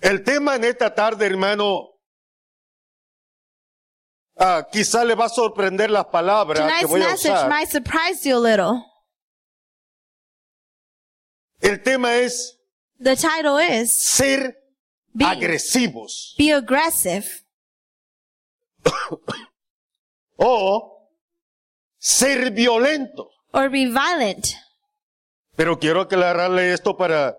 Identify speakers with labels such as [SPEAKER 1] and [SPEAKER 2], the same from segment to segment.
[SPEAKER 1] El tema en esta tarde, hermano, ah, quizá le va a sorprender las palabras que
[SPEAKER 2] Tonight's
[SPEAKER 1] voy a
[SPEAKER 2] message
[SPEAKER 1] usar.
[SPEAKER 2] might surprise you a little.
[SPEAKER 1] El tema es
[SPEAKER 2] The title is
[SPEAKER 1] ser
[SPEAKER 2] Be,
[SPEAKER 1] agresivos
[SPEAKER 2] be aggressive
[SPEAKER 1] o ser violento.
[SPEAKER 2] or be violent.
[SPEAKER 1] Pero quiero aclararle esto para,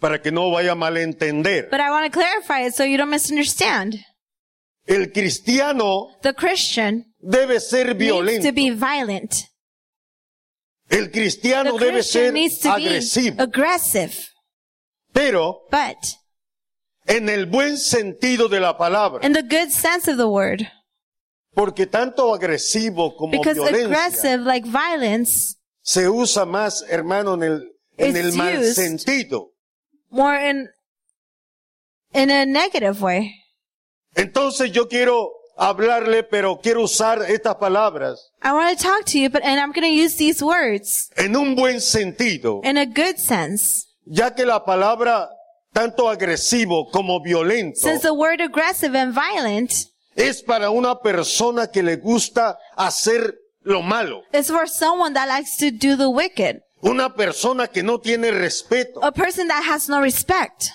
[SPEAKER 1] para que no vaya a malentender.
[SPEAKER 2] But I want to clarify it so you don't misunderstand.
[SPEAKER 1] El cristiano
[SPEAKER 2] The Christian
[SPEAKER 1] debe ser
[SPEAKER 2] needs
[SPEAKER 1] violento.
[SPEAKER 2] to be violent.
[SPEAKER 1] El cristiano
[SPEAKER 2] The
[SPEAKER 1] debe
[SPEAKER 2] Christian
[SPEAKER 1] ser
[SPEAKER 2] needs to be
[SPEAKER 1] agresivo.
[SPEAKER 2] aggressive.
[SPEAKER 1] Pero
[SPEAKER 2] But
[SPEAKER 1] en el buen sentido de la palabra.
[SPEAKER 2] in the good sense of the word.
[SPEAKER 1] Porque tanto agresivo como
[SPEAKER 2] Because
[SPEAKER 1] violencia
[SPEAKER 2] aggressive, like violence,
[SPEAKER 1] se usa más, hermano, en el, en
[SPEAKER 2] It's
[SPEAKER 1] el mal
[SPEAKER 2] used.
[SPEAKER 1] sentido.
[SPEAKER 2] more in, in a negative way.
[SPEAKER 1] Entonces yo quiero hablarle, pero quiero usar estas palabras
[SPEAKER 2] I want to talk to you, but, and I'm going to use these words
[SPEAKER 1] en un buen sentido.
[SPEAKER 2] in a good sense.
[SPEAKER 1] ya que la palabra tanto agresivo como violento
[SPEAKER 2] Since the word aggressive and violent
[SPEAKER 1] es para una persona que le gusta hacer lo malo,
[SPEAKER 2] is for someone that likes to do the wicked,
[SPEAKER 1] una persona que no tiene respeto,
[SPEAKER 2] a person that has no respect,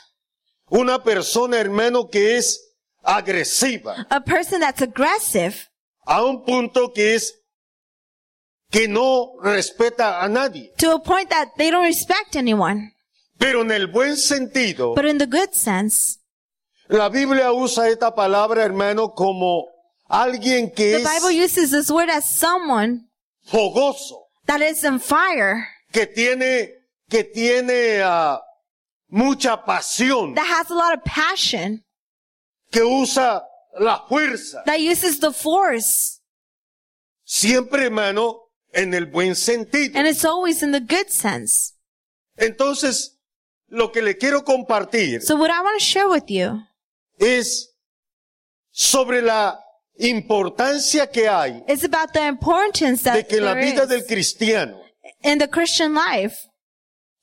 [SPEAKER 1] una persona hermano que es agresiva,
[SPEAKER 2] a person that's aggressive
[SPEAKER 1] a un punto que es que no respeta a nadie,
[SPEAKER 2] to a point that they don't respect anyone.
[SPEAKER 1] pero en el buen sentido,
[SPEAKER 2] But in the good sense,
[SPEAKER 1] la Biblia usa esta palabra hermano como alguien que
[SPEAKER 2] the
[SPEAKER 1] es
[SPEAKER 2] Bible uses this word as someone
[SPEAKER 1] fogoso.
[SPEAKER 2] that is on fire,
[SPEAKER 1] que tiene, que tiene ah, mucha pasión,
[SPEAKER 2] that has a lot of passion,
[SPEAKER 1] que usa la fuerza,
[SPEAKER 2] that uses the force,
[SPEAKER 1] siempre hermano, en el buen sentido.
[SPEAKER 2] and it's always in the good sense.
[SPEAKER 1] Entonces, lo que le quiero compartir
[SPEAKER 2] So what I want to share with you
[SPEAKER 1] es sobre la importancia que hay
[SPEAKER 2] is about the importance
[SPEAKER 1] de
[SPEAKER 2] that
[SPEAKER 1] que en la
[SPEAKER 2] there
[SPEAKER 1] vida
[SPEAKER 2] is
[SPEAKER 1] del cristiano
[SPEAKER 2] in the Christian life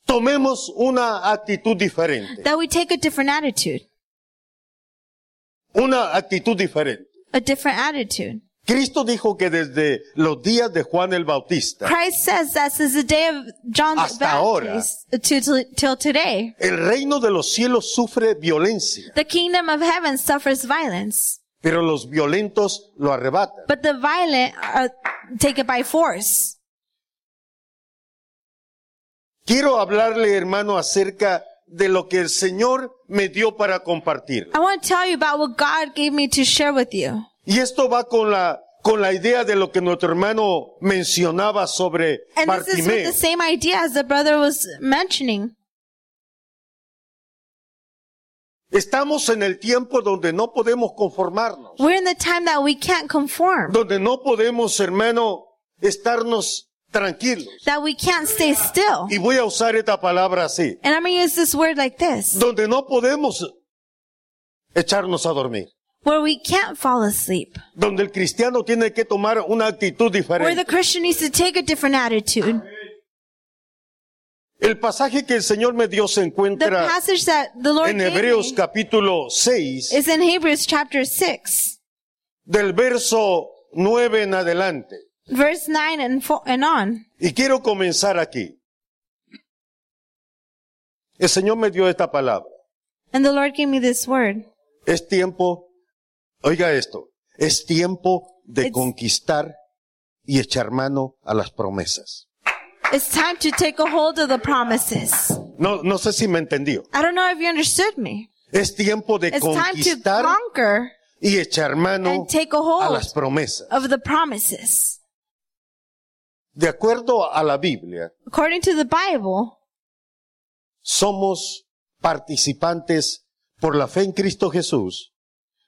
[SPEAKER 1] tomemos una actitud diferente,
[SPEAKER 2] that we take a different attitude,
[SPEAKER 1] una actitud diferente.
[SPEAKER 2] a different attitude.
[SPEAKER 1] Cristo dijo que desde los días de Juan el Bautista,
[SPEAKER 2] Christ says that since the day of John the
[SPEAKER 1] Hasta ahora.
[SPEAKER 2] Baptist to, to- till today,
[SPEAKER 1] El reino de los cielos sufre violencia,
[SPEAKER 2] the kingdom of heaven suffers violence,
[SPEAKER 1] pero los violentos lo arrebatan.
[SPEAKER 2] but the violent are taken by force.
[SPEAKER 1] Quiero hablarle, hermano, acerca de lo que el Señor me dio para compartir.
[SPEAKER 2] I want to tell you about what God gave me to share with you.
[SPEAKER 1] Y esto va con la, con la idea de lo que nuestro hermano mencionaba sobre
[SPEAKER 2] And this is with
[SPEAKER 1] Bartimeo.
[SPEAKER 2] the same idea as the brother was mentioning.
[SPEAKER 1] Estamos en el tiempo donde no podemos conformarnos,
[SPEAKER 2] We're in the time that we can't conform,
[SPEAKER 1] donde no podemos, hermano, estarnos tranquilos.
[SPEAKER 2] that we can't stay still.
[SPEAKER 1] Y voy a usar esta palabra así,
[SPEAKER 2] And I'm going to use this word like this,
[SPEAKER 1] donde no podemos echarnos a dormir.
[SPEAKER 2] where we can't fall asleep,
[SPEAKER 1] donde el cristiano tiene que tomar una actitud
[SPEAKER 2] where the
[SPEAKER 1] diferente.
[SPEAKER 2] Christian needs to take a different attitude.
[SPEAKER 1] El pasaje que el Señor me dio se
[SPEAKER 2] The
[SPEAKER 1] encuentra
[SPEAKER 2] passage that the Lord
[SPEAKER 1] en Hebreos
[SPEAKER 2] gave me
[SPEAKER 1] capítulo 6,
[SPEAKER 2] is in Hebrews chapter 6,
[SPEAKER 1] del verso 9 en adelante.
[SPEAKER 2] verse 9 and, fo- and on.
[SPEAKER 1] Y quiero comenzar aquí. El Señor me dio esta palabra.
[SPEAKER 2] And the Lord gave me this word.
[SPEAKER 1] Es tiempo, oiga esto, es tiempo de
[SPEAKER 2] It's-
[SPEAKER 1] conquistar y echar mano a las promesas.
[SPEAKER 2] It's time to take a hold of the promises.
[SPEAKER 1] No, no sé si me entendió.
[SPEAKER 2] I don't know if you understood me.
[SPEAKER 1] Es tiempo de
[SPEAKER 2] It's time to
[SPEAKER 1] conquistar
[SPEAKER 2] conquer
[SPEAKER 1] y echar mano
[SPEAKER 2] and take a
[SPEAKER 1] a
[SPEAKER 2] hold
[SPEAKER 1] las promesas.
[SPEAKER 2] of the promises.
[SPEAKER 1] De acuerdo a la Biblia,
[SPEAKER 2] According to the Bible,
[SPEAKER 1] somos participantes por la fe en Cristo Jesús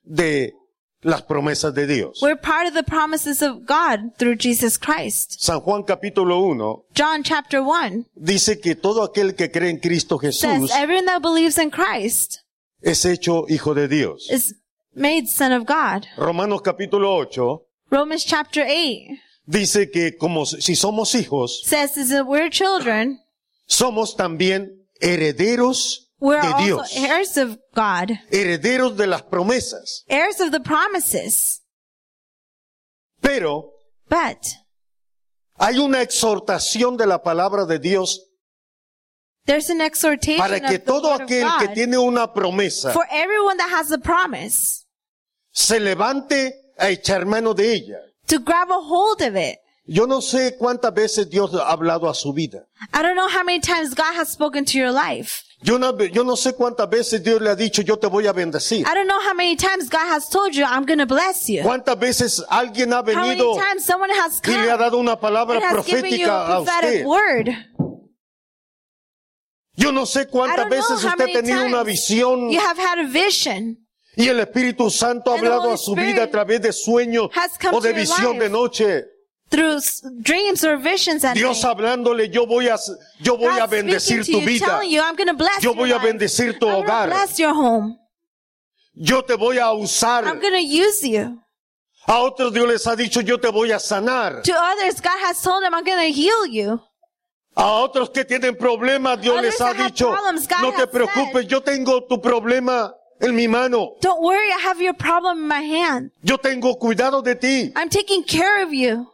[SPEAKER 1] de las promesas de Dios.
[SPEAKER 2] we're part of the promises of God through Jesus Christ.
[SPEAKER 1] San Juan capítulo 1
[SPEAKER 2] John chapter 1
[SPEAKER 1] dice que todo aquel que cree en Cristo Jesús
[SPEAKER 2] says, Everyone that believes in Christ
[SPEAKER 1] es hecho hijo de Dios.
[SPEAKER 2] is made son of God.
[SPEAKER 1] Romanos capítulo 8
[SPEAKER 2] Romans chapter 8
[SPEAKER 1] dice que como si somos hijos,
[SPEAKER 2] says is that we're children,
[SPEAKER 1] somos también herederos
[SPEAKER 2] We're
[SPEAKER 1] de
[SPEAKER 2] also
[SPEAKER 1] Dios.
[SPEAKER 2] heirs of God,
[SPEAKER 1] herederos de las promesas.
[SPEAKER 2] heirs of the promises.
[SPEAKER 1] Pero
[SPEAKER 2] But
[SPEAKER 1] hay una exhortación de la palabra de Dios
[SPEAKER 2] there's an exhortation
[SPEAKER 1] para que
[SPEAKER 2] of the
[SPEAKER 1] todo
[SPEAKER 2] word of
[SPEAKER 1] aquel que
[SPEAKER 2] God
[SPEAKER 1] tiene una promesa
[SPEAKER 2] for everyone that has a promise
[SPEAKER 1] se levante a echar mano de ella.
[SPEAKER 2] to grab a hold of it.
[SPEAKER 1] Yo no sé cuántas veces Dios ha hablado a su vida.
[SPEAKER 2] I don't know how many times God has spoken to your life.
[SPEAKER 1] Yo no, yo no sé cuántas veces Dios le ha dicho, yo te voy a bendecir.
[SPEAKER 2] I don't know how many times God has told you, I'm going to bless you.
[SPEAKER 1] ¿Cuántas veces alguien ha
[SPEAKER 2] How many
[SPEAKER 1] venido
[SPEAKER 2] times someone has
[SPEAKER 1] y le ha
[SPEAKER 2] come
[SPEAKER 1] dado una palabra
[SPEAKER 2] and has given you
[SPEAKER 1] profética
[SPEAKER 2] a
[SPEAKER 1] a usted?
[SPEAKER 2] prophetic word.
[SPEAKER 1] Yo no sé cuántas
[SPEAKER 2] I don't know
[SPEAKER 1] veces usted
[SPEAKER 2] how
[SPEAKER 1] ha
[SPEAKER 2] many
[SPEAKER 1] tenido
[SPEAKER 2] times
[SPEAKER 1] una visión
[SPEAKER 2] You have had a vision.
[SPEAKER 1] y el Espíritu Santo ha
[SPEAKER 2] And the
[SPEAKER 1] hablado
[SPEAKER 2] Holy
[SPEAKER 1] a su
[SPEAKER 2] Spirit
[SPEAKER 1] vida a través de sueños
[SPEAKER 2] has come
[SPEAKER 1] o de
[SPEAKER 2] to your
[SPEAKER 1] visión
[SPEAKER 2] life.
[SPEAKER 1] de noche.
[SPEAKER 2] through s- dreams or visions at
[SPEAKER 1] Dios
[SPEAKER 2] night.
[SPEAKER 1] hablándole, yo voy a, yo voy
[SPEAKER 2] God
[SPEAKER 1] a bendecir
[SPEAKER 2] speaking
[SPEAKER 1] tu
[SPEAKER 2] to you,
[SPEAKER 1] vida.
[SPEAKER 2] telling you, I'm gonna bless
[SPEAKER 1] Yo
[SPEAKER 2] your
[SPEAKER 1] voy a
[SPEAKER 2] life.
[SPEAKER 1] bendecir tu
[SPEAKER 2] I'm gonna
[SPEAKER 1] hogar.
[SPEAKER 2] bless your home.
[SPEAKER 1] Yo te voy a
[SPEAKER 2] I'm
[SPEAKER 1] usar.
[SPEAKER 2] gonna use you.
[SPEAKER 1] A otros Dios les ha dicho, yo te voy a sanar.
[SPEAKER 2] To others, God has told them, I'm gonna heal you.
[SPEAKER 1] A otros que tienen problemas, Dios
[SPEAKER 2] Others
[SPEAKER 1] les ha
[SPEAKER 2] that have
[SPEAKER 1] dicho,
[SPEAKER 2] problems, God
[SPEAKER 1] no te
[SPEAKER 2] has
[SPEAKER 1] preocupes, yo tengo tu problema en mi mano.
[SPEAKER 2] Don't worry, I have your problem in my hand.
[SPEAKER 1] Yo tengo cuidado de ti.
[SPEAKER 2] I'm taking care of you.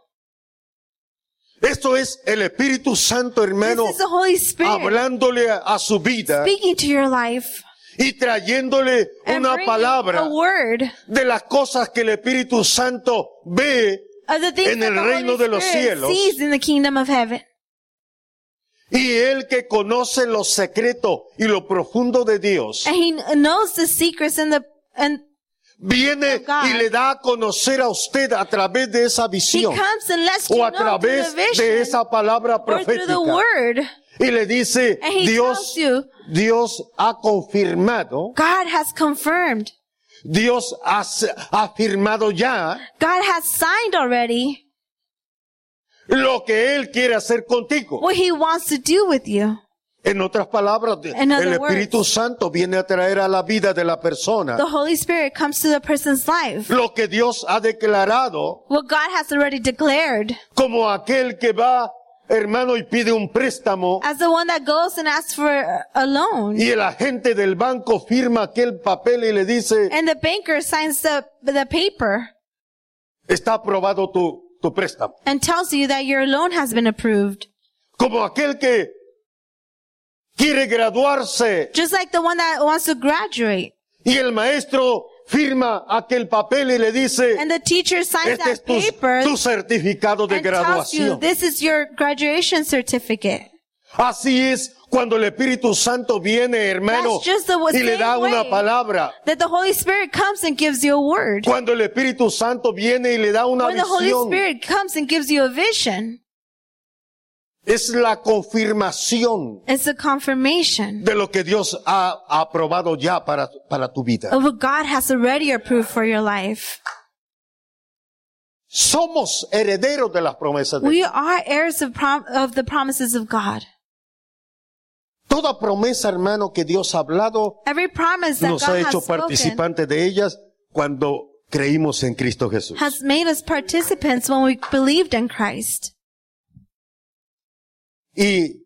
[SPEAKER 1] Esto es el Espíritu Santo, hermano,
[SPEAKER 2] this is the Holy Spirit
[SPEAKER 1] hablándole a, a su vida
[SPEAKER 2] speaking to your life
[SPEAKER 1] y trayéndole
[SPEAKER 2] and
[SPEAKER 1] una
[SPEAKER 2] bringing
[SPEAKER 1] palabra
[SPEAKER 2] a word
[SPEAKER 1] de las cosas que el Espíritu Santo ve
[SPEAKER 2] of the things
[SPEAKER 1] En
[SPEAKER 2] that
[SPEAKER 1] el
[SPEAKER 2] the
[SPEAKER 1] reino
[SPEAKER 2] Holy
[SPEAKER 1] de los
[SPEAKER 2] Spirit
[SPEAKER 1] cielos.
[SPEAKER 2] sees in the kingdom of heaven.
[SPEAKER 1] y él que conoce los secretos y lo profundo de Dios
[SPEAKER 2] And He kn- knows the secrets and the and
[SPEAKER 1] viene
[SPEAKER 2] of God.
[SPEAKER 1] y le da a conocer a usted a través de esa
[SPEAKER 2] He
[SPEAKER 1] visión
[SPEAKER 2] comes and lets you
[SPEAKER 1] o a
[SPEAKER 2] know through
[SPEAKER 1] través
[SPEAKER 2] the vision.
[SPEAKER 1] de esa palabra
[SPEAKER 2] or through
[SPEAKER 1] profética
[SPEAKER 2] the word.
[SPEAKER 1] y le dice
[SPEAKER 2] And he
[SPEAKER 1] Dios
[SPEAKER 2] tells you,
[SPEAKER 1] Dios ha confirmado
[SPEAKER 2] God has confirmed.
[SPEAKER 1] Dios ha ha afirmado ya
[SPEAKER 2] God has signed already
[SPEAKER 1] lo que Él quiere hacer contigo.
[SPEAKER 2] what he wants to do with you.
[SPEAKER 1] En otras palabras, de-
[SPEAKER 2] In other
[SPEAKER 1] el Espíritu
[SPEAKER 2] words.
[SPEAKER 1] Santo viene a traer a la vida de la persona
[SPEAKER 2] The Holy Spirit comes to the person's life.
[SPEAKER 1] lo que Dios ha declarado
[SPEAKER 2] What God has already declared.
[SPEAKER 1] como aquel que va, hermano, y pide un préstamo
[SPEAKER 2] As the one that goes and asks for a loan.
[SPEAKER 1] y el agente del banco firma aquel papel y le dice,
[SPEAKER 2] And the banker signs the, the paper
[SPEAKER 1] está aprobado tu, tu préstamo.
[SPEAKER 2] and tells you that your loan has been approved.
[SPEAKER 1] Como aquel que quiere graduarse
[SPEAKER 2] Just like the one that wants to graduate.
[SPEAKER 1] y el maestro firma aquel papel y le dice,
[SPEAKER 2] And the teacher signs
[SPEAKER 1] este
[SPEAKER 2] that
[SPEAKER 1] es tu,
[SPEAKER 2] paper
[SPEAKER 1] tu certificado de
[SPEAKER 2] and tells you
[SPEAKER 1] graduación.
[SPEAKER 2] this is your graduation certificate.
[SPEAKER 1] Así es cuando el Espíritu Santo viene, hermano,
[SPEAKER 2] That's just the
[SPEAKER 1] y le da
[SPEAKER 2] same
[SPEAKER 1] una
[SPEAKER 2] way.
[SPEAKER 1] palabra.
[SPEAKER 2] that the Holy Spirit comes and gives you a word.
[SPEAKER 1] Cuando el Espíritu Santo viene y le da una
[SPEAKER 2] When the Holy
[SPEAKER 1] visión,
[SPEAKER 2] Spirit comes and gives you a vision,
[SPEAKER 1] es la confirmación
[SPEAKER 2] it's a confirmation
[SPEAKER 1] de lo que Dios ha aprobado ya para, para tu vida.
[SPEAKER 2] of what God has already approved for your life.
[SPEAKER 1] Somos herederos de las promesas de Dios.
[SPEAKER 2] We are heirs of, prom- of the promises of God.
[SPEAKER 1] Toda promesa, hermano, que Dios ha hablado,
[SPEAKER 2] Every promise that
[SPEAKER 1] nos
[SPEAKER 2] God
[SPEAKER 1] ha
[SPEAKER 2] has
[SPEAKER 1] hecho
[SPEAKER 2] spoken
[SPEAKER 1] participantes de ellas cuando creímos en Cristo Jesús.
[SPEAKER 2] has made us participants when we believed in Christ.
[SPEAKER 1] Y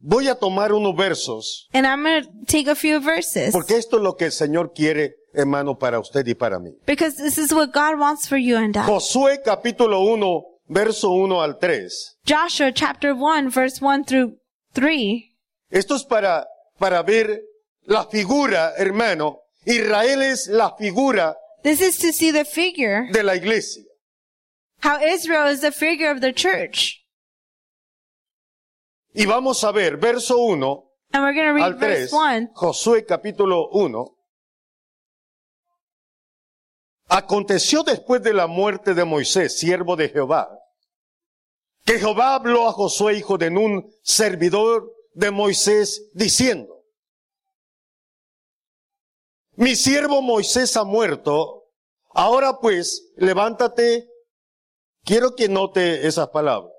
[SPEAKER 1] voy a tomar unos versos
[SPEAKER 2] And I'm going to take a few verses
[SPEAKER 1] Porque esto es lo que el Señor quiere, hermano, para usted y para mí.
[SPEAKER 2] because this is what God wants for you and I.
[SPEAKER 1] Josué capítulo 1, verso 1 al 3.
[SPEAKER 2] Joshua chapter 1 verse 1 through 3.
[SPEAKER 1] Esto es para, para ver la figura, hermano. Israel es la figura
[SPEAKER 2] This is to see the figure
[SPEAKER 1] de la iglesia.
[SPEAKER 2] how Israel is the figure of the church.
[SPEAKER 1] Y vamos a ver, verso 1
[SPEAKER 2] And we're going to read
[SPEAKER 1] al
[SPEAKER 2] verse
[SPEAKER 1] 3.
[SPEAKER 2] 1.
[SPEAKER 1] Josué capítulo 1. Aconteció después de la muerte de Moisés, siervo de Jehová, que Jehová habló a Josué, hijo de Nun, servidor de Moisés, diciendo, mi siervo Moisés ha muerto, ahora pues levántate, quiero que note esas palabras,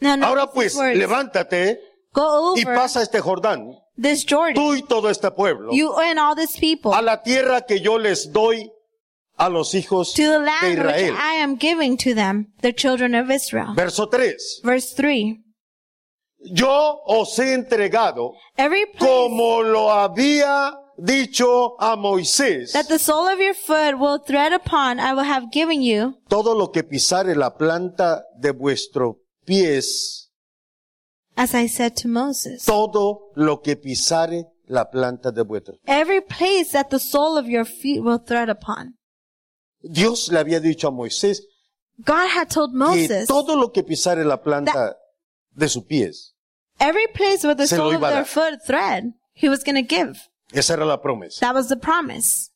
[SPEAKER 2] Now, notice
[SPEAKER 1] ahora
[SPEAKER 2] these
[SPEAKER 1] pues
[SPEAKER 2] words.
[SPEAKER 1] levántate
[SPEAKER 2] go
[SPEAKER 1] y
[SPEAKER 2] over
[SPEAKER 1] pasa este Jordán,
[SPEAKER 2] this Jordan,
[SPEAKER 1] tú y todo este pueblo,
[SPEAKER 2] you and all this people,
[SPEAKER 1] a la tierra que yo les doy a los hijos
[SPEAKER 2] to the
[SPEAKER 1] de
[SPEAKER 2] land
[SPEAKER 1] Israel.
[SPEAKER 2] which I am giving to them, the children of Israel.
[SPEAKER 1] Verso 3.
[SPEAKER 2] Verse 3.
[SPEAKER 1] yo os he entregado
[SPEAKER 2] Every place
[SPEAKER 1] como lo había dicho a Moisés.
[SPEAKER 2] that the sole of your foot will tread upon, I will have given you.
[SPEAKER 1] Todo lo que pisare la planta de vuestros pies,
[SPEAKER 2] As I said to Moses,
[SPEAKER 1] todo lo que pisare la planta de vuestros.
[SPEAKER 2] every place that the sole of your feet will tread upon.
[SPEAKER 1] Dios le había dicho a Moisés
[SPEAKER 2] God had told
[SPEAKER 1] que
[SPEAKER 2] Moses,
[SPEAKER 1] todo lo que pisare la planta de sus pies,
[SPEAKER 2] every place where the
[SPEAKER 1] Se lo
[SPEAKER 2] sole of
[SPEAKER 1] iba a
[SPEAKER 2] their
[SPEAKER 1] dar.
[SPEAKER 2] foot thread, he was going to give.
[SPEAKER 1] esa era la promesa.
[SPEAKER 2] That was the promise.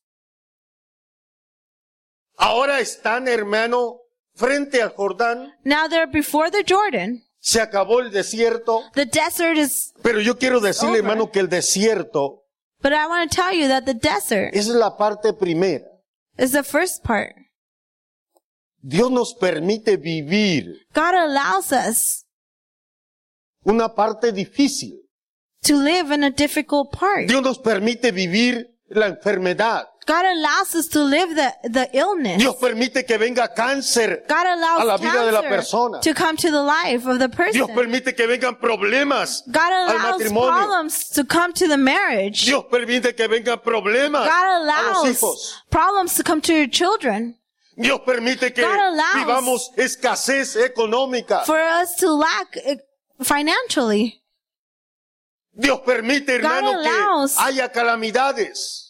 [SPEAKER 1] Ahora están, hermano, frente al Jordán,
[SPEAKER 2] Now they're before the Jordan.
[SPEAKER 1] se acabó el desierto,
[SPEAKER 2] The desert is,
[SPEAKER 1] pero yo quiero decirle,
[SPEAKER 2] over.
[SPEAKER 1] hermano, que el desierto
[SPEAKER 2] but I want to tell you that the desert
[SPEAKER 1] es la parte primera.
[SPEAKER 2] is the first part.
[SPEAKER 1] Dios nos permite vivir
[SPEAKER 2] God allows us
[SPEAKER 1] una parte difícil.
[SPEAKER 2] to live in a difficult part.
[SPEAKER 1] Dios nos permite vivir la enfermedad.
[SPEAKER 2] God allows us to live the, the illness.
[SPEAKER 1] Dios permite que venga cáncer.
[SPEAKER 2] God allows
[SPEAKER 1] a la vida de la
[SPEAKER 2] cancer
[SPEAKER 1] persona.
[SPEAKER 2] to come to the life of the
[SPEAKER 1] Dios
[SPEAKER 2] person.
[SPEAKER 1] permite que vengan problemas
[SPEAKER 2] God
[SPEAKER 1] al
[SPEAKER 2] allows
[SPEAKER 1] matrimonio.
[SPEAKER 2] problems to come to the marriage.
[SPEAKER 1] Dios permite que vengan problemas
[SPEAKER 2] God
[SPEAKER 1] a los
[SPEAKER 2] allows
[SPEAKER 1] hijos.
[SPEAKER 2] problems to come to your children
[SPEAKER 1] Dios permite que
[SPEAKER 2] God allows-
[SPEAKER 1] vivamos escasez económica.
[SPEAKER 2] for us to lack eh, financially.
[SPEAKER 1] Dios permite, hermano,
[SPEAKER 2] allows-
[SPEAKER 1] que haya calamidades.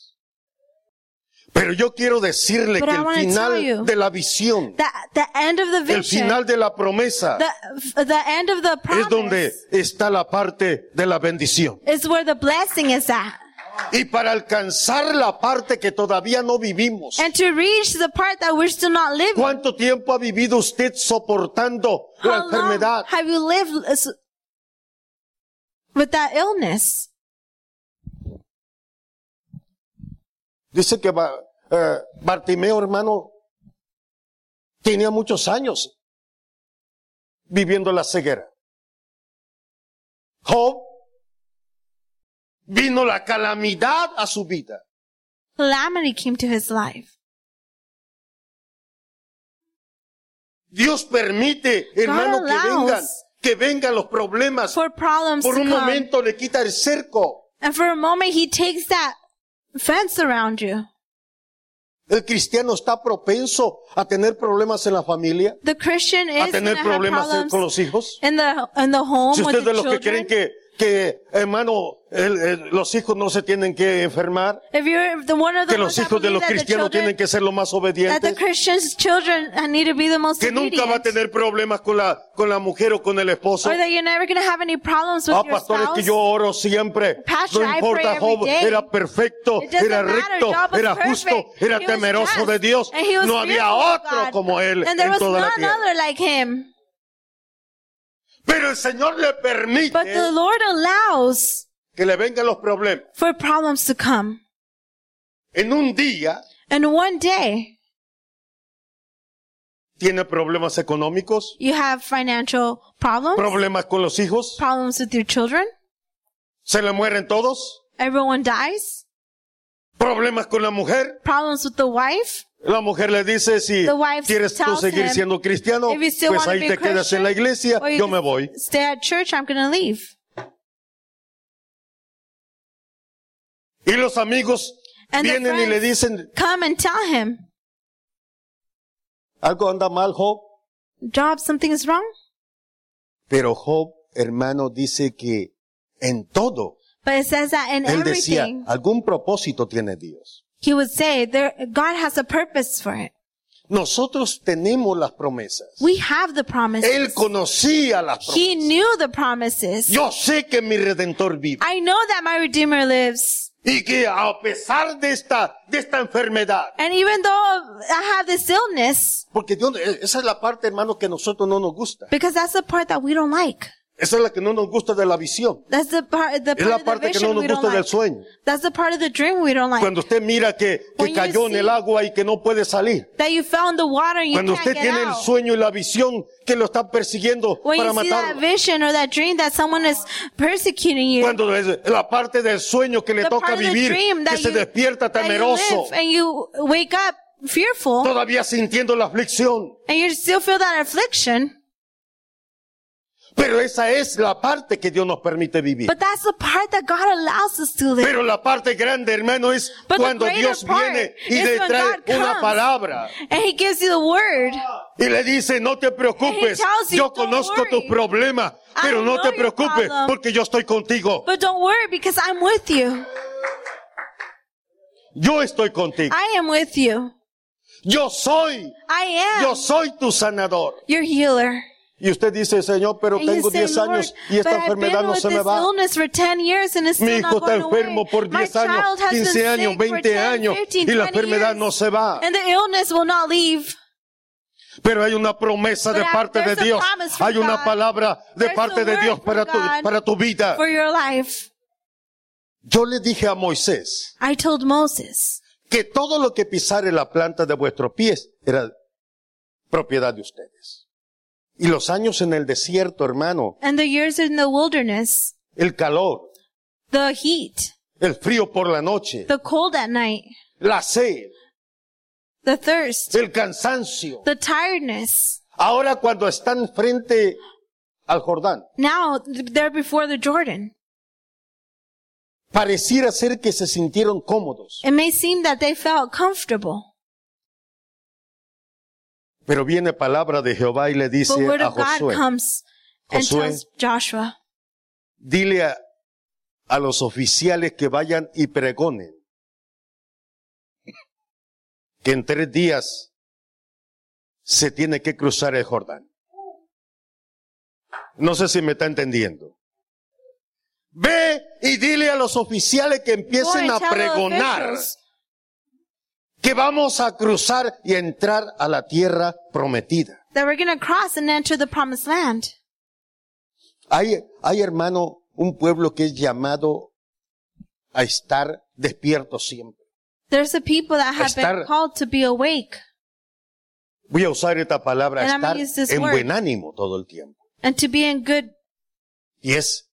[SPEAKER 1] Pero yo quiero decirle
[SPEAKER 2] But
[SPEAKER 1] que
[SPEAKER 2] I
[SPEAKER 1] el
[SPEAKER 2] wanna tell
[SPEAKER 1] final
[SPEAKER 2] you
[SPEAKER 1] de la visión,
[SPEAKER 2] The, the end of the
[SPEAKER 1] el
[SPEAKER 2] vision,
[SPEAKER 1] final de la promesa,
[SPEAKER 2] the, the end of the
[SPEAKER 1] es donde
[SPEAKER 2] promise
[SPEAKER 1] está la parte de la bendición.
[SPEAKER 2] is where the blessing is at.
[SPEAKER 1] Y para alcanzar la parte que todavía no vivimos,
[SPEAKER 2] And to reach the part that we're still not living.
[SPEAKER 1] ¿cuánto tiempo ha vivido usted soportando la
[SPEAKER 2] How long
[SPEAKER 1] enfermedad?
[SPEAKER 2] have you lived uh, s- with that illness?
[SPEAKER 1] Dice que Ba- eh, Bartimeo, hermano, tenía muchos años viviendo la ceguera. Job vino la calamidad a su vida.
[SPEAKER 2] Calamity came to his life.
[SPEAKER 1] Dios permite, hermano, que
[SPEAKER 2] allows
[SPEAKER 1] vengan, que vengan los problemas.
[SPEAKER 2] For problems
[SPEAKER 1] Por
[SPEAKER 2] to
[SPEAKER 1] un
[SPEAKER 2] come.
[SPEAKER 1] momento le quita el cerco.
[SPEAKER 2] And for a moment, he takes that fence around you.
[SPEAKER 1] El cristiano está propenso a tener problemas en la familia,
[SPEAKER 2] The Christian
[SPEAKER 1] a
[SPEAKER 2] is going to
[SPEAKER 1] tener
[SPEAKER 2] have
[SPEAKER 1] problemas en-
[SPEAKER 2] problems
[SPEAKER 1] con los hijos.
[SPEAKER 2] in the in the home
[SPEAKER 1] Si usted
[SPEAKER 2] with
[SPEAKER 1] es de
[SPEAKER 2] the
[SPEAKER 1] los que creen
[SPEAKER 2] children.
[SPEAKER 1] que, que hermano, el- el- los hijos no se tienen que enfermar,
[SPEAKER 2] if you're the one of the
[SPEAKER 1] que los
[SPEAKER 2] ones that
[SPEAKER 1] hijos de
[SPEAKER 2] believe
[SPEAKER 1] los
[SPEAKER 2] that the
[SPEAKER 1] cristianos tienen
[SPEAKER 2] children,
[SPEAKER 1] que ser los más
[SPEAKER 2] that the
[SPEAKER 1] obedientes,
[SPEAKER 2] Christians' children need to be the most
[SPEAKER 1] que nunca va a
[SPEAKER 2] obedient,
[SPEAKER 1] tener problemas con la, con la mujer o con el esposo.
[SPEAKER 2] or that you're never going to have any problems with
[SPEAKER 1] Ah,
[SPEAKER 2] your
[SPEAKER 1] pastor, es
[SPEAKER 2] spouse.
[SPEAKER 1] que yo oro siempre.
[SPEAKER 2] Pastor,
[SPEAKER 1] no
[SPEAKER 2] I
[SPEAKER 1] importa,
[SPEAKER 2] pray every
[SPEAKER 1] Job
[SPEAKER 2] day.
[SPEAKER 1] era perfecto,
[SPEAKER 2] It doesn't
[SPEAKER 1] era
[SPEAKER 2] matter,
[SPEAKER 1] recto,
[SPEAKER 2] Job was
[SPEAKER 1] era
[SPEAKER 2] perfect.
[SPEAKER 1] justo, era
[SPEAKER 2] He was
[SPEAKER 1] temeroso
[SPEAKER 2] just,
[SPEAKER 1] de Dios.
[SPEAKER 2] and he was
[SPEAKER 1] No había
[SPEAKER 2] fearful of
[SPEAKER 1] otro
[SPEAKER 2] God.
[SPEAKER 1] como él
[SPEAKER 2] and there
[SPEAKER 1] en
[SPEAKER 2] was
[SPEAKER 1] toda la
[SPEAKER 2] none
[SPEAKER 1] tierra.
[SPEAKER 2] other like him.
[SPEAKER 1] Pero el Señor le permite
[SPEAKER 2] But the Lord allows
[SPEAKER 1] que le vengan los problemas.
[SPEAKER 2] for problems to come.
[SPEAKER 1] En un día
[SPEAKER 2] And one day,
[SPEAKER 1] tiene problemas económicos,
[SPEAKER 2] you have financial problems,
[SPEAKER 1] problemas con los hijos,
[SPEAKER 2] problems with your children,
[SPEAKER 1] se le mueren todos,
[SPEAKER 2] everyone dies,
[SPEAKER 1] problemas con la mujer.
[SPEAKER 2] problems with the wife.
[SPEAKER 1] La mujer le dice, si
[SPEAKER 2] The wife
[SPEAKER 1] quieres tú
[SPEAKER 2] tells
[SPEAKER 1] seguir
[SPEAKER 2] him,
[SPEAKER 1] siendo cristiano,
[SPEAKER 2] "If you still
[SPEAKER 1] pues
[SPEAKER 2] wanna
[SPEAKER 1] ahí
[SPEAKER 2] be
[SPEAKER 1] te quedas en la
[SPEAKER 2] Christian,
[SPEAKER 1] iglesia,
[SPEAKER 2] or you
[SPEAKER 1] yo
[SPEAKER 2] can
[SPEAKER 1] me voy.
[SPEAKER 2] Stay at church, I'm going to leave.
[SPEAKER 1] Y los amigos
[SPEAKER 2] And the
[SPEAKER 1] vienen y le
[SPEAKER 2] friends-
[SPEAKER 1] dicen,
[SPEAKER 2] Come and tell him,
[SPEAKER 1] Algo anda mal, Job.
[SPEAKER 2] Job, something is wrong.
[SPEAKER 1] Pero Job, hermano, dice que en todo,
[SPEAKER 2] But it says that in
[SPEAKER 1] él decía, "Ah,
[SPEAKER 2] everything,
[SPEAKER 1] algún propósito tiene Dios.
[SPEAKER 2] he would say, there, God has a purpose for it.
[SPEAKER 1] Nosotros tenemos las promesas.
[SPEAKER 2] We have the
[SPEAKER 1] Él
[SPEAKER 2] promises.
[SPEAKER 1] conocía las
[SPEAKER 2] He
[SPEAKER 1] promesas.
[SPEAKER 2] knew the promises.
[SPEAKER 1] Yo sé que mi Redentor vive
[SPEAKER 2] I know that my Redeemer lives.
[SPEAKER 1] y que a pesar de esta, de esta enfermedad,
[SPEAKER 2] And even though I have this illness,
[SPEAKER 1] porque Dios, e, esa es la parte, hermano, que a nosotros no nos gusta.
[SPEAKER 2] because that's the part that we don't like.
[SPEAKER 1] Esa es la que no nos gusta de la visión.
[SPEAKER 2] That's the part, the
[SPEAKER 1] Es la
[SPEAKER 2] part of the
[SPEAKER 1] parte que no
[SPEAKER 2] vision
[SPEAKER 1] nos
[SPEAKER 2] we don't
[SPEAKER 1] gusta del
[SPEAKER 2] like.
[SPEAKER 1] sueño.
[SPEAKER 2] That's the part of the dream we don't like.
[SPEAKER 1] Cuando usted mira que,
[SPEAKER 2] When
[SPEAKER 1] que
[SPEAKER 2] you
[SPEAKER 1] cayó en
[SPEAKER 2] see-
[SPEAKER 1] el agua y que no puede salir.
[SPEAKER 2] that you fell in the water and you
[SPEAKER 1] Cuando
[SPEAKER 2] can't
[SPEAKER 1] usted
[SPEAKER 2] get
[SPEAKER 1] tiene el
[SPEAKER 2] out.
[SPEAKER 1] sueño y la visión que lo están persiguiendo
[SPEAKER 2] When
[SPEAKER 1] para
[SPEAKER 2] you see that
[SPEAKER 1] matarlo.
[SPEAKER 2] vision or that dream that someone is persecuting you.
[SPEAKER 1] Cuando es la parte del sueño que le
[SPEAKER 2] the
[SPEAKER 1] toca
[SPEAKER 2] part of the
[SPEAKER 1] vivir,
[SPEAKER 2] dream
[SPEAKER 1] que
[SPEAKER 2] that
[SPEAKER 1] se
[SPEAKER 2] you,
[SPEAKER 1] despierta
[SPEAKER 2] that you
[SPEAKER 1] temeroso,
[SPEAKER 2] live eh, and you wake up fearful
[SPEAKER 1] todavía sintiendo la aflicción.
[SPEAKER 2] and you still feel that affliction.
[SPEAKER 1] Pero esa es la parte que Dios nos permite vivir.
[SPEAKER 2] But that's the part that God allows us to live.
[SPEAKER 1] Pero la parte grande, hermano, es
[SPEAKER 2] But the
[SPEAKER 1] cuando
[SPEAKER 2] greater
[SPEAKER 1] Dios
[SPEAKER 2] part
[SPEAKER 1] viene y
[SPEAKER 2] is
[SPEAKER 1] le
[SPEAKER 2] when
[SPEAKER 1] trae
[SPEAKER 2] God
[SPEAKER 1] una
[SPEAKER 2] comes.
[SPEAKER 1] palabra
[SPEAKER 2] And He gives you the word.
[SPEAKER 1] y le dice, no te preocupes,
[SPEAKER 2] tells you,
[SPEAKER 1] yo
[SPEAKER 2] "Don't
[SPEAKER 1] conozco
[SPEAKER 2] worry.
[SPEAKER 1] tus problemas,
[SPEAKER 2] I
[SPEAKER 1] pero no
[SPEAKER 2] know
[SPEAKER 1] te
[SPEAKER 2] your
[SPEAKER 1] preocupes
[SPEAKER 2] problem.
[SPEAKER 1] porque yo estoy contigo.
[SPEAKER 2] But don't worry because I'm with you.
[SPEAKER 1] Yo estoy contigo.
[SPEAKER 2] I am with you.
[SPEAKER 1] Yo soy,
[SPEAKER 2] I am
[SPEAKER 1] yo soy tu sanador.
[SPEAKER 2] your healer.
[SPEAKER 1] Y usted dice, Señor, pero
[SPEAKER 2] And you
[SPEAKER 1] tengo
[SPEAKER 2] say,
[SPEAKER 1] 10
[SPEAKER 2] Lord,
[SPEAKER 1] años y esta
[SPEAKER 2] but I've
[SPEAKER 1] enfermedad
[SPEAKER 2] been
[SPEAKER 1] no
[SPEAKER 2] with
[SPEAKER 1] se me
[SPEAKER 2] this
[SPEAKER 1] va.
[SPEAKER 2] illness for 10 years and it's
[SPEAKER 1] Mi
[SPEAKER 2] still
[SPEAKER 1] hijo
[SPEAKER 2] not
[SPEAKER 1] está
[SPEAKER 2] going
[SPEAKER 1] enfermo
[SPEAKER 2] away.
[SPEAKER 1] por
[SPEAKER 2] My
[SPEAKER 1] 10 años,
[SPEAKER 2] child has been
[SPEAKER 1] 15 años,
[SPEAKER 2] sick for
[SPEAKER 1] 20 años
[SPEAKER 2] 15,
[SPEAKER 1] y la
[SPEAKER 2] 20
[SPEAKER 1] enfermedad
[SPEAKER 2] years.
[SPEAKER 1] no se va.
[SPEAKER 2] And the illness will not leave.
[SPEAKER 1] Pero hay una promesa de
[SPEAKER 2] But
[SPEAKER 1] parte de
[SPEAKER 2] there's a
[SPEAKER 1] Dios.
[SPEAKER 2] promise from
[SPEAKER 1] Hay una
[SPEAKER 2] God.
[SPEAKER 1] palabra de
[SPEAKER 2] There's
[SPEAKER 1] parte
[SPEAKER 2] a
[SPEAKER 1] de
[SPEAKER 2] word
[SPEAKER 1] Dios
[SPEAKER 2] from
[SPEAKER 1] para tu,
[SPEAKER 2] God
[SPEAKER 1] para tu vida.
[SPEAKER 2] for your life.
[SPEAKER 1] Yo le dije a Moisés
[SPEAKER 2] I told Moses
[SPEAKER 1] que todo lo que pisare la planta de vuestros pies era propiedad de ustedes. Y los años en el desierto, hermano,
[SPEAKER 2] and the years in the wilderness,
[SPEAKER 1] el calor,
[SPEAKER 2] the heat,
[SPEAKER 1] el frío por la noche,
[SPEAKER 2] the cold at night,
[SPEAKER 1] la sed,
[SPEAKER 2] the thirst,
[SPEAKER 1] el cansancio.
[SPEAKER 2] the tiredness.
[SPEAKER 1] Ahora cuando están frente al Jordán,
[SPEAKER 2] Now they're before the Jordan.
[SPEAKER 1] pareciera ser que se sintieron cómodos.
[SPEAKER 2] It may seem that they felt comfortable,
[SPEAKER 1] Pero viene palabra de Jehová y le
[SPEAKER 2] but
[SPEAKER 1] dice
[SPEAKER 2] word
[SPEAKER 1] a
[SPEAKER 2] of God
[SPEAKER 1] Josué,
[SPEAKER 2] comes and
[SPEAKER 1] Josué.
[SPEAKER 2] tells Joshua,
[SPEAKER 1] dile a, a los oficiales que vayan y pregonen que en tres días se tiene que cruzar el Jordán. No sé si me está entendiendo. Ve y dile a los oficiales que
[SPEAKER 2] "Go
[SPEAKER 1] empiecen
[SPEAKER 2] and
[SPEAKER 1] a
[SPEAKER 2] tell the
[SPEAKER 1] pregonar
[SPEAKER 2] officials
[SPEAKER 1] que vamos a cruzar y a entrar a la tierra prometida.
[SPEAKER 2] that we're going to cross and enter the promised land."
[SPEAKER 1] Hay, hay, hermano, un pueblo que es llamado a estar despierto siempre.
[SPEAKER 2] There's a people that have
[SPEAKER 1] Estar-
[SPEAKER 2] been called to be awake
[SPEAKER 1] Voy a usar esta palabra,
[SPEAKER 2] And I'm
[SPEAKER 1] estar
[SPEAKER 2] gonna use this
[SPEAKER 1] en
[SPEAKER 2] word.
[SPEAKER 1] buen ánimo todo el tiempo.
[SPEAKER 2] and to be in good
[SPEAKER 1] Y es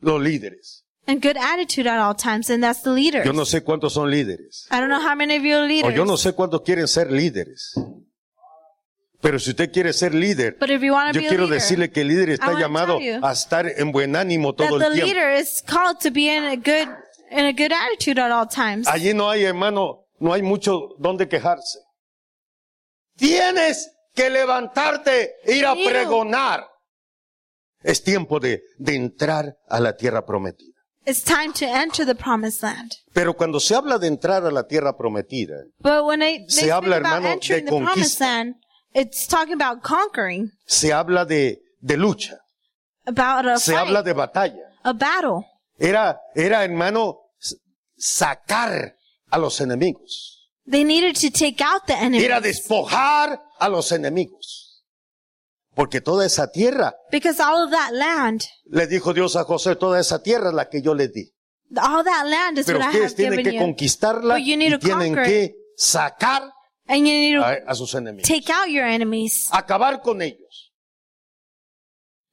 [SPEAKER 1] los líderes.
[SPEAKER 2] and good attitude at all times, and that's the leaders.
[SPEAKER 1] Yo no sé cuántos son líderes.
[SPEAKER 2] I don't know how many of you are
[SPEAKER 1] O
[SPEAKER 2] leaders,
[SPEAKER 1] yo no sé cuántos quieren ser líderes. Pero si usted quiere ser líder,
[SPEAKER 2] but if you want to
[SPEAKER 1] yo
[SPEAKER 2] be a
[SPEAKER 1] quiero
[SPEAKER 2] leader,
[SPEAKER 1] decirle que el líder está
[SPEAKER 2] wanna
[SPEAKER 1] llamado
[SPEAKER 2] tell you
[SPEAKER 1] a estar en buen ánimo
[SPEAKER 2] that
[SPEAKER 1] todo
[SPEAKER 2] the
[SPEAKER 1] el tiempo.
[SPEAKER 2] leader is called to be in a good in a good attitude at all times.
[SPEAKER 1] Allí no hay, hermano, no hay mucho donde quejarse. Tienes que levantarte, ir a
[SPEAKER 2] Querido.
[SPEAKER 1] pregonar. Es tiempo de, de entrar a la tierra prometida.
[SPEAKER 2] It's time to enter the promised land.
[SPEAKER 1] Pero cuando se habla de entrar a la tierra prometida,
[SPEAKER 2] But when I, they
[SPEAKER 1] Se
[SPEAKER 2] speak
[SPEAKER 1] habla,
[SPEAKER 2] about
[SPEAKER 1] hermano, de
[SPEAKER 2] entering the
[SPEAKER 1] conquista.
[SPEAKER 2] promised land, it's talking about conquering,
[SPEAKER 1] se habla de, de lucha,
[SPEAKER 2] about a
[SPEAKER 1] se
[SPEAKER 2] fight,
[SPEAKER 1] habla de batalla.
[SPEAKER 2] a battle.
[SPEAKER 1] Era, era, hermano, s- sacar a los enemigos.
[SPEAKER 2] They needed to take out the enemy
[SPEAKER 1] Era despojar a los enemigos. Porque toda esa tierra
[SPEAKER 2] because all of that land,
[SPEAKER 1] Le dijo Dios a José, toda esa tierra es la que yo le di.
[SPEAKER 2] all that land is
[SPEAKER 1] Pero
[SPEAKER 2] what I have
[SPEAKER 1] ustedes tienen
[SPEAKER 2] given
[SPEAKER 1] que
[SPEAKER 2] you,
[SPEAKER 1] conquistarla
[SPEAKER 2] But you need
[SPEAKER 1] y
[SPEAKER 2] to
[SPEAKER 1] tienen
[SPEAKER 2] conquer
[SPEAKER 1] que sacar
[SPEAKER 2] and you need to
[SPEAKER 1] a, a sus enemigos.
[SPEAKER 2] take out your enemies.
[SPEAKER 1] Acabar con ellos.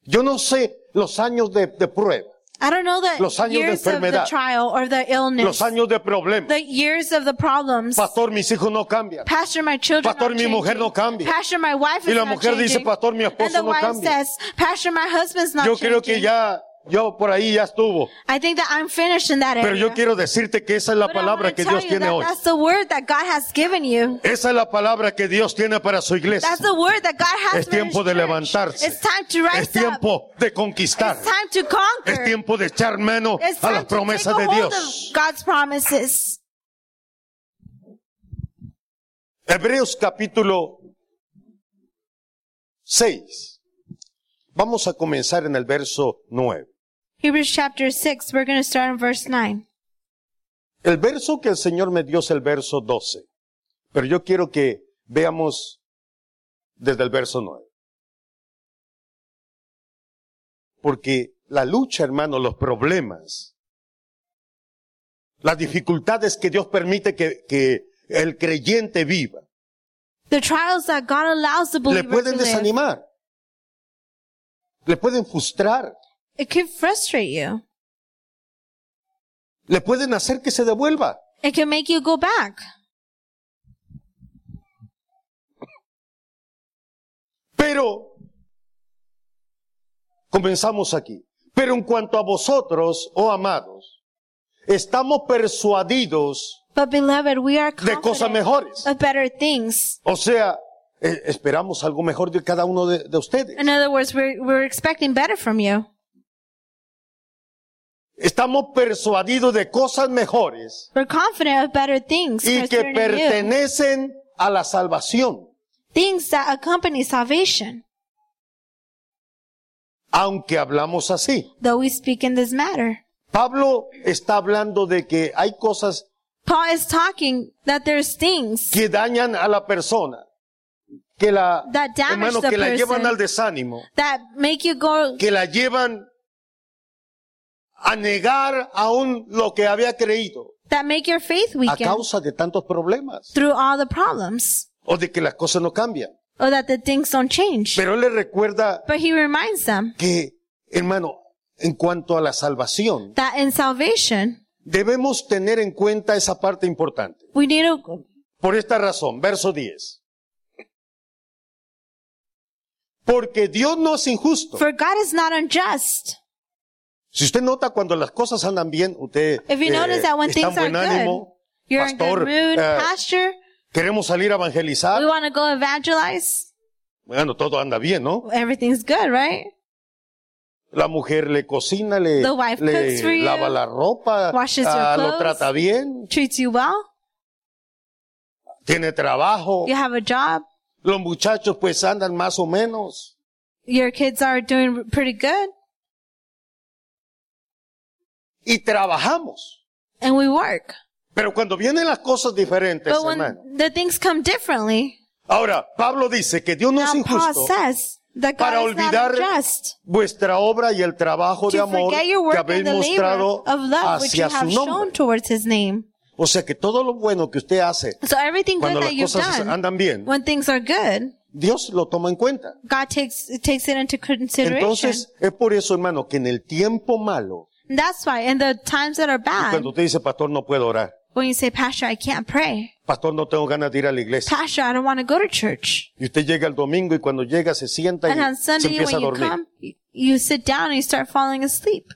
[SPEAKER 1] Yo no sé los años de, de prueba,
[SPEAKER 2] I don't know the
[SPEAKER 1] Los años de
[SPEAKER 2] years of the
[SPEAKER 1] enfermedad.
[SPEAKER 2] trial or the illness,
[SPEAKER 1] los años de problema.
[SPEAKER 2] the years of the problems.
[SPEAKER 1] Pastor, mis hijos no cambian.
[SPEAKER 2] Pastor, my children
[SPEAKER 1] Pastor,
[SPEAKER 2] are
[SPEAKER 1] mi mujer
[SPEAKER 2] changing.
[SPEAKER 1] no cambia.
[SPEAKER 2] Pastor, my wife
[SPEAKER 1] Y
[SPEAKER 2] is
[SPEAKER 1] la
[SPEAKER 2] not
[SPEAKER 1] mujer dice,
[SPEAKER 2] changing.
[SPEAKER 1] "Pastor, mi esposo
[SPEAKER 2] and the
[SPEAKER 1] no
[SPEAKER 2] wife
[SPEAKER 1] cambia."
[SPEAKER 2] says, Pastor, my husband's not
[SPEAKER 1] Yo
[SPEAKER 2] changing.
[SPEAKER 1] creo que ya, yo por ahí ya estuvo.
[SPEAKER 2] I think that I'm finished in that area.
[SPEAKER 1] Pero yo quiero decirte que esa es la
[SPEAKER 2] But I wanna
[SPEAKER 1] palabra que
[SPEAKER 2] tell
[SPEAKER 1] Dios
[SPEAKER 2] you
[SPEAKER 1] tiene
[SPEAKER 2] that
[SPEAKER 1] hoy.
[SPEAKER 2] That's the word that God has given you.
[SPEAKER 1] Esa es la palabra que Dios tiene para su iglesia.
[SPEAKER 2] That's the word that God has
[SPEAKER 1] Es
[SPEAKER 2] for his
[SPEAKER 1] tiempo de
[SPEAKER 2] church.
[SPEAKER 1] levantarse.
[SPEAKER 2] It's time to rise
[SPEAKER 1] Es tiempo de
[SPEAKER 2] up.
[SPEAKER 1] conquistar.
[SPEAKER 2] It's time to conquer.
[SPEAKER 1] Es tiempo de echar mano
[SPEAKER 2] It's
[SPEAKER 1] a
[SPEAKER 2] time
[SPEAKER 1] las
[SPEAKER 2] to take
[SPEAKER 1] promesas
[SPEAKER 2] a
[SPEAKER 1] de
[SPEAKER 2] hold
[SPEAKER 1] Dios.
[SPEAKER 2] of God's promises.
[SPEAKER 1] Hebreos capítulo 6. Vamos a comenzar en el verso 9.
[SPEAKER 2] Hebrews chapter 6, we're going to start in verse 9.
[SPEAKER 1] El verso que el Señor me dio es el verso 12. Pero yo quiero que veamos desde el verso 9. Porque la lucha, hermano, los problemas, las dificultades que Dios permite que, que el creyente viva,
[SPEAKER 2] The trials that God allows the
[SPEAKER 1] le
[SPEAKER 2] believer to
[SPEAKER 1] pueden
[SPEAKER 2] live,
[SPEAKER 1] desanimar, le pueden frustrar,
[SPEAKER 2] it can frustrate you.
[SPEAKER 1] le pueden hacer que se devuelva.
[SPEAKER 2] It can make you go back.
[SPEAKER 1] Pero Comenzamos aquí. Pero en cuanto a vosotros, oh amados, estamos persuadidos
[SPEAKER 2] But beloved, we are
[SPEAKER 1] de cosas
[SPEAKER 2] confident
[SPEAKER 1] mejores.
[SPEAKER 2] of better things.
[SPEAKER 1] O sea, eh, esperamos algo mejor de cada uno de, de ustedes.
[SPEAKER 2] In other words, we're, we're expecting better from you.
[SPEAKER 1] Estamos persuadidos de cosas mejores
[SPEAKER 2] We're confident of better things
[SPEAKER 1] y que
[SPEAKER 2] concerning you.
[SPEAKER 1] pertenecen a la salvación,
[SPEAKER 2] Things that accompany salvation,
[SPEAKER 1] aunque hablamos así.
[SPEAKER 2] though we speak in this matter.
[SPEAKER 1] Pablo está hablando de que hay cosas
[SPEAKER 2] Paul is talking that there's things
[SPEAKER 1] que dañan a la persona, que la,
[SPEAKER 2] That damage
[SPEAKER 1] hermano,
[SPEAKER 2] the
[SPEAKER 1] que la llevan
[SPEAKER 2] person.
[SPEAKER 1] al desánimo,
[SPEAKER 2] that make you go,
[SPEAKER 1] que la llevan a negar aún lo que había creído
[SPEAKER 2] that make your faith
[SPEAKER 1] a
[SPEAKER 2] weaken
[SPEAKER 1] causa de tantos problemas
[SPEAKER 2] through all the problems,
[SPEAKER 1] o de que las cosas no cambian.
[SPEAKER 2] or that the things don't change.
[SPEAKER 1] Pero él le recuerda
[SPEAKER 2] But he reminds them
[SPEAKER 1] que, hermano, en cuanto a la salvación,
[SPEAKER 2] that in salvation,
[SPEAKER 1] debemos tener en cuenta esa parte importante.
[SPEAKER 2] we need to,
[SPEAKER 1] Por esta razón, verso 10. Porque Dios no es injusto.
[SPEAKER 2] for God is not unjust.
[SPEAKER 1] Si usted nota cuando las cosas andan bien, usted
[SPEAKER 2] If you
[SPEAKER 1] eh,
[SPEAKER 2] notice that when
[SPEAKER 1] está en
[SPEAKER 2] things are
[SPEAKER 1] buen
[SPEAKER 2] good,
[SPEAKER 1] ánimo,
[SPEAKER 2] you're in
[SPEAKER 1] pastor,
[SPEAKER 2] good mood,
[SPEAKER 1] eh,
[SPEAKER 2] pastor,
[SPEAKER 1] queremos salir a evangelizar.
[SPEAKER 2] we want to go evangelize,
[SPEAKER 1] Bueno, todo anda bien, ¿no?
[SPEAKER 2] everything's good, right?
[SPEAKER 1] La mujer le cocina, le,
[SPEAKER 2] The wife
[SPEAKER 1] le
[SPEAKER 2] cooks for you,
[SPEAKER 1] lava la ropa,
[SPEAKER 2] washes your
[SPEAKER 1] ah, lo
[SPEAKER 2] clothes.
[SPEAKER 1] trata bien,
[SPEAKER 2] Treats you well,
[SPEAKER 1] tiene trabajo.
[SPEAKER 2] you have a job,
[SPEAKER 1] Los muchachos pues andan más o menos.
[SPEAKER 2] your kids are doing pretty good,
[SPEAKER 1] Y trabajamos.
[SPEAKER 2] and we work.
[SPEAKER 1] Pero cuando vienen las cosas diferentes,
[SPEAKER 2] But
[SPEAKER 1] hermano.
[SPEAKER 2] when the things come differently,
[SPEAKER 1] Ahora, Pablo dice que Dios no es
[SPEAKER 2] now Paul
[SPEAKER 1] injusto.
[SPEAKER 2] says that
[SPEAKER 1] para
[SPEAKER 2] God is not
[SPEAKER 1] olvidar
[SPEAKER 2] unjust.
[SPEAKER 1] Vuestra obra y el trabajo de
[SPEAKER 2] to
[SPEAKER 1] amor
[SPEAKER 2] forget your
[SPEAKER 1] que
[SPEAKER 2] work
[SPEAKER 1] habéis
[SPEAKER 2] and the labor
[SPEAKER 1] mostrado
[SPEAKER 2] of love which you
[SPEAKER 1] hacia su
[SPEAKER 2] have shown
[SPEAKER 1] nombre.
[SPEAKER 2] towards his name.
[SPEAKER 1] O sea que todo lo bueno que usted hace
[SPEAKER 2] So everything good
[SPEAKER 1] cuando
[SPEAKER 2] that
[SPEAKER 1] las
[SPEAKER 2] you've
[SPEAKER 1] cosas
[SPEAKER 2] done,
[SPEAKER 1] andan bien,
[SPEAKER 2] when things are good,
[SPEAKER 1] Dios lo toma en cuenta.
[SPEAKER 2] God takes takes it into consideration.
[SPEAKER 1] Entonces, es por eso, hermano, que en el tiempo malo,
[SPEAKER 2] That's why in the times that are bad,
[SPEAKER 1] cuando usted dice, pastor, no puedo orar,
[SPEAKER 2] when you say, Pastor, I can't pray.
[SPEAKER 1] pastor, no tengo ganas de ir a la iglesia,
[SPEAKER 2] Pastor, I don't want to go to church.
[SPEAKER 1] y usted llega el domingo y cuando llega se sienta
[SPEAKER 2] And on
[SPEAKER 1] y se
[SPEAKER 2] Sunday
[SPEAKER 1] empieza a
[SPEAKER 2] when you
[SPEAKER 1] dormir.
[SPEAKER 2] come, you- you sit down and you start falling asleep.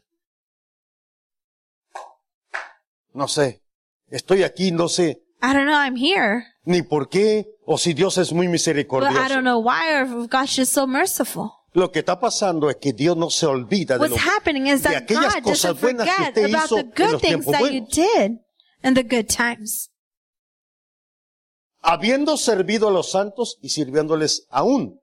[SPEAKER 1] No sé, estoy aquí, no sé
[SPEAKER 2] I don't know, I'm here.
[SPEAKER 1] ni por qué, o si Dios es muy
[SPEAKER 2] But I
[SPEAKER 1] misericordioso.
[SPEAKER 2] don't know why or if God's just so merciful.
[SPEAKER 1] Lo que está pasando es que Dios no se olvida de lo
[SPEAKER 2] What's happening is
[SPEAKER 1] de
[SPEAKER 2] that
[SPEAKER 1] aquellas
[SPEAKER 2] God doesn't
[SPEAKER 1] cosas buenas que
[SPEAKER 2] forget
[SPEAKER 1] usted
[SPEAKER 2] about
[SPEAKER 1] hizo
[SPEAKER 2] the
[SPEAKER 1] en
[SPEAKER 2] good
[SPEAKER 1] los
[SPEAKER 2] things
[SPEAKER 1] tiempos
[SPEAKER 2] that you
[SPEAKER 1] buenos.
[SPEAKER 2] did and the good times.
[SPEAKER 1] habiendo servido a los santos y sirviéndoles aún.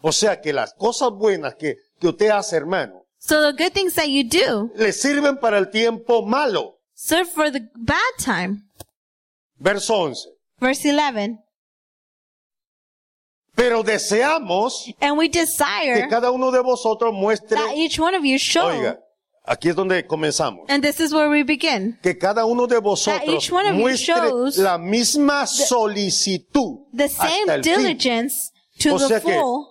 [SPEAKER 1] O sea que las cosas buenas que, que usted hace, hermano,
[SPEAKER 2] So the good things that you do
[SPEAKER 1] le sirven para el tiempo malo.
[SPEAKER 2] serve for the bad time.
[SPEAKER 1] Verso 11.
[SPEAKER 2] Verse 11.
[SPEAKER 1] Pero deseamos
[SPEAKER 2] And we
[SPEAKER 1] que
[SPEAKER 2] desire
[SPEAKER 1] cada uno de vosotros muestre,
[SPEAKER 2] that each one of you show.
[SPEAKER 1] oiga, aquí es donde comenzamos,
[SPEAKER 2] And this is where we begin.
[SPEAKER 1] que cada uno de vosotros
[SPEAKER 2] each one of you shows
[SPEAKER 1] muestre la misma solicitud,
[SPEAKER 2] The
[SPEAKER 1] hasta
[SPEAKER 2] same
[SPEAKER 1] el fin.
[SPEAKER 2] diligence to
[SPEAKER 1] O sea
[SPEAKER 2] the
[SPEAKER 1] que-
[SPEAKER 2] full.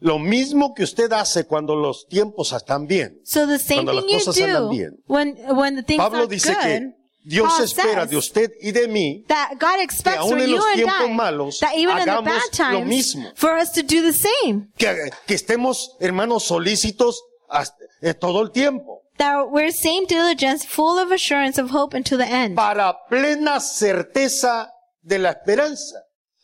[SPEAKER 1] lo mismo que usted hace cuando los tiempos están bien.
[SPEAKER 2] So the same
[SPEAKER 1] cuando las
[SPEAKER 2] thing you
[SPEAKER 1] cosas andan
[SPEAKER 2] do
[SPEAKER 1] bien.
[SPEAKER 2] when, when the things
[SPEAKER 1] Pablo
[SPEAKER 2] are
[SPEAKER 1] dice
[SPEAKER 2] good.
[SPEAKER 1] que Dios
[SPEAKER 2] Paul
[SPEAKER 1] espera
[SPEAKER 2] says
[SPEAKER 1] de usted y de mí
[SPEAKER 2] That God
[SPEAKER 1] que
[SPEAKER 2] expects
[SPEAKER 1] aun
[SPEAKER 2] from
[SPEAKER 1] en
[SPEAKER 2] you
[SPEAKER 1] los
[SPEAKER 2] and
[SPEAKER 1] tiempos
[SPEAKER 2] I
[SPEAKER 1] malos,
[SPEAKER 2] that even in the
[SPEAKER 1] hagamos
[SPEAKER 2] bad
[SPEAKER 1] lo
[SPEAKER 2] times
[SPEAKER 1] mismo.
[SPEAKER 2] for us to do the same.
[SPEAKER 1] que, que estemos, hermanos, solícitos hasta- eh, todo el tiempo
[SPEAKER 2] that we're same diligence, full of assurance of hope until the end.
[SPEAKER 1] para plena certeza de la esperanza.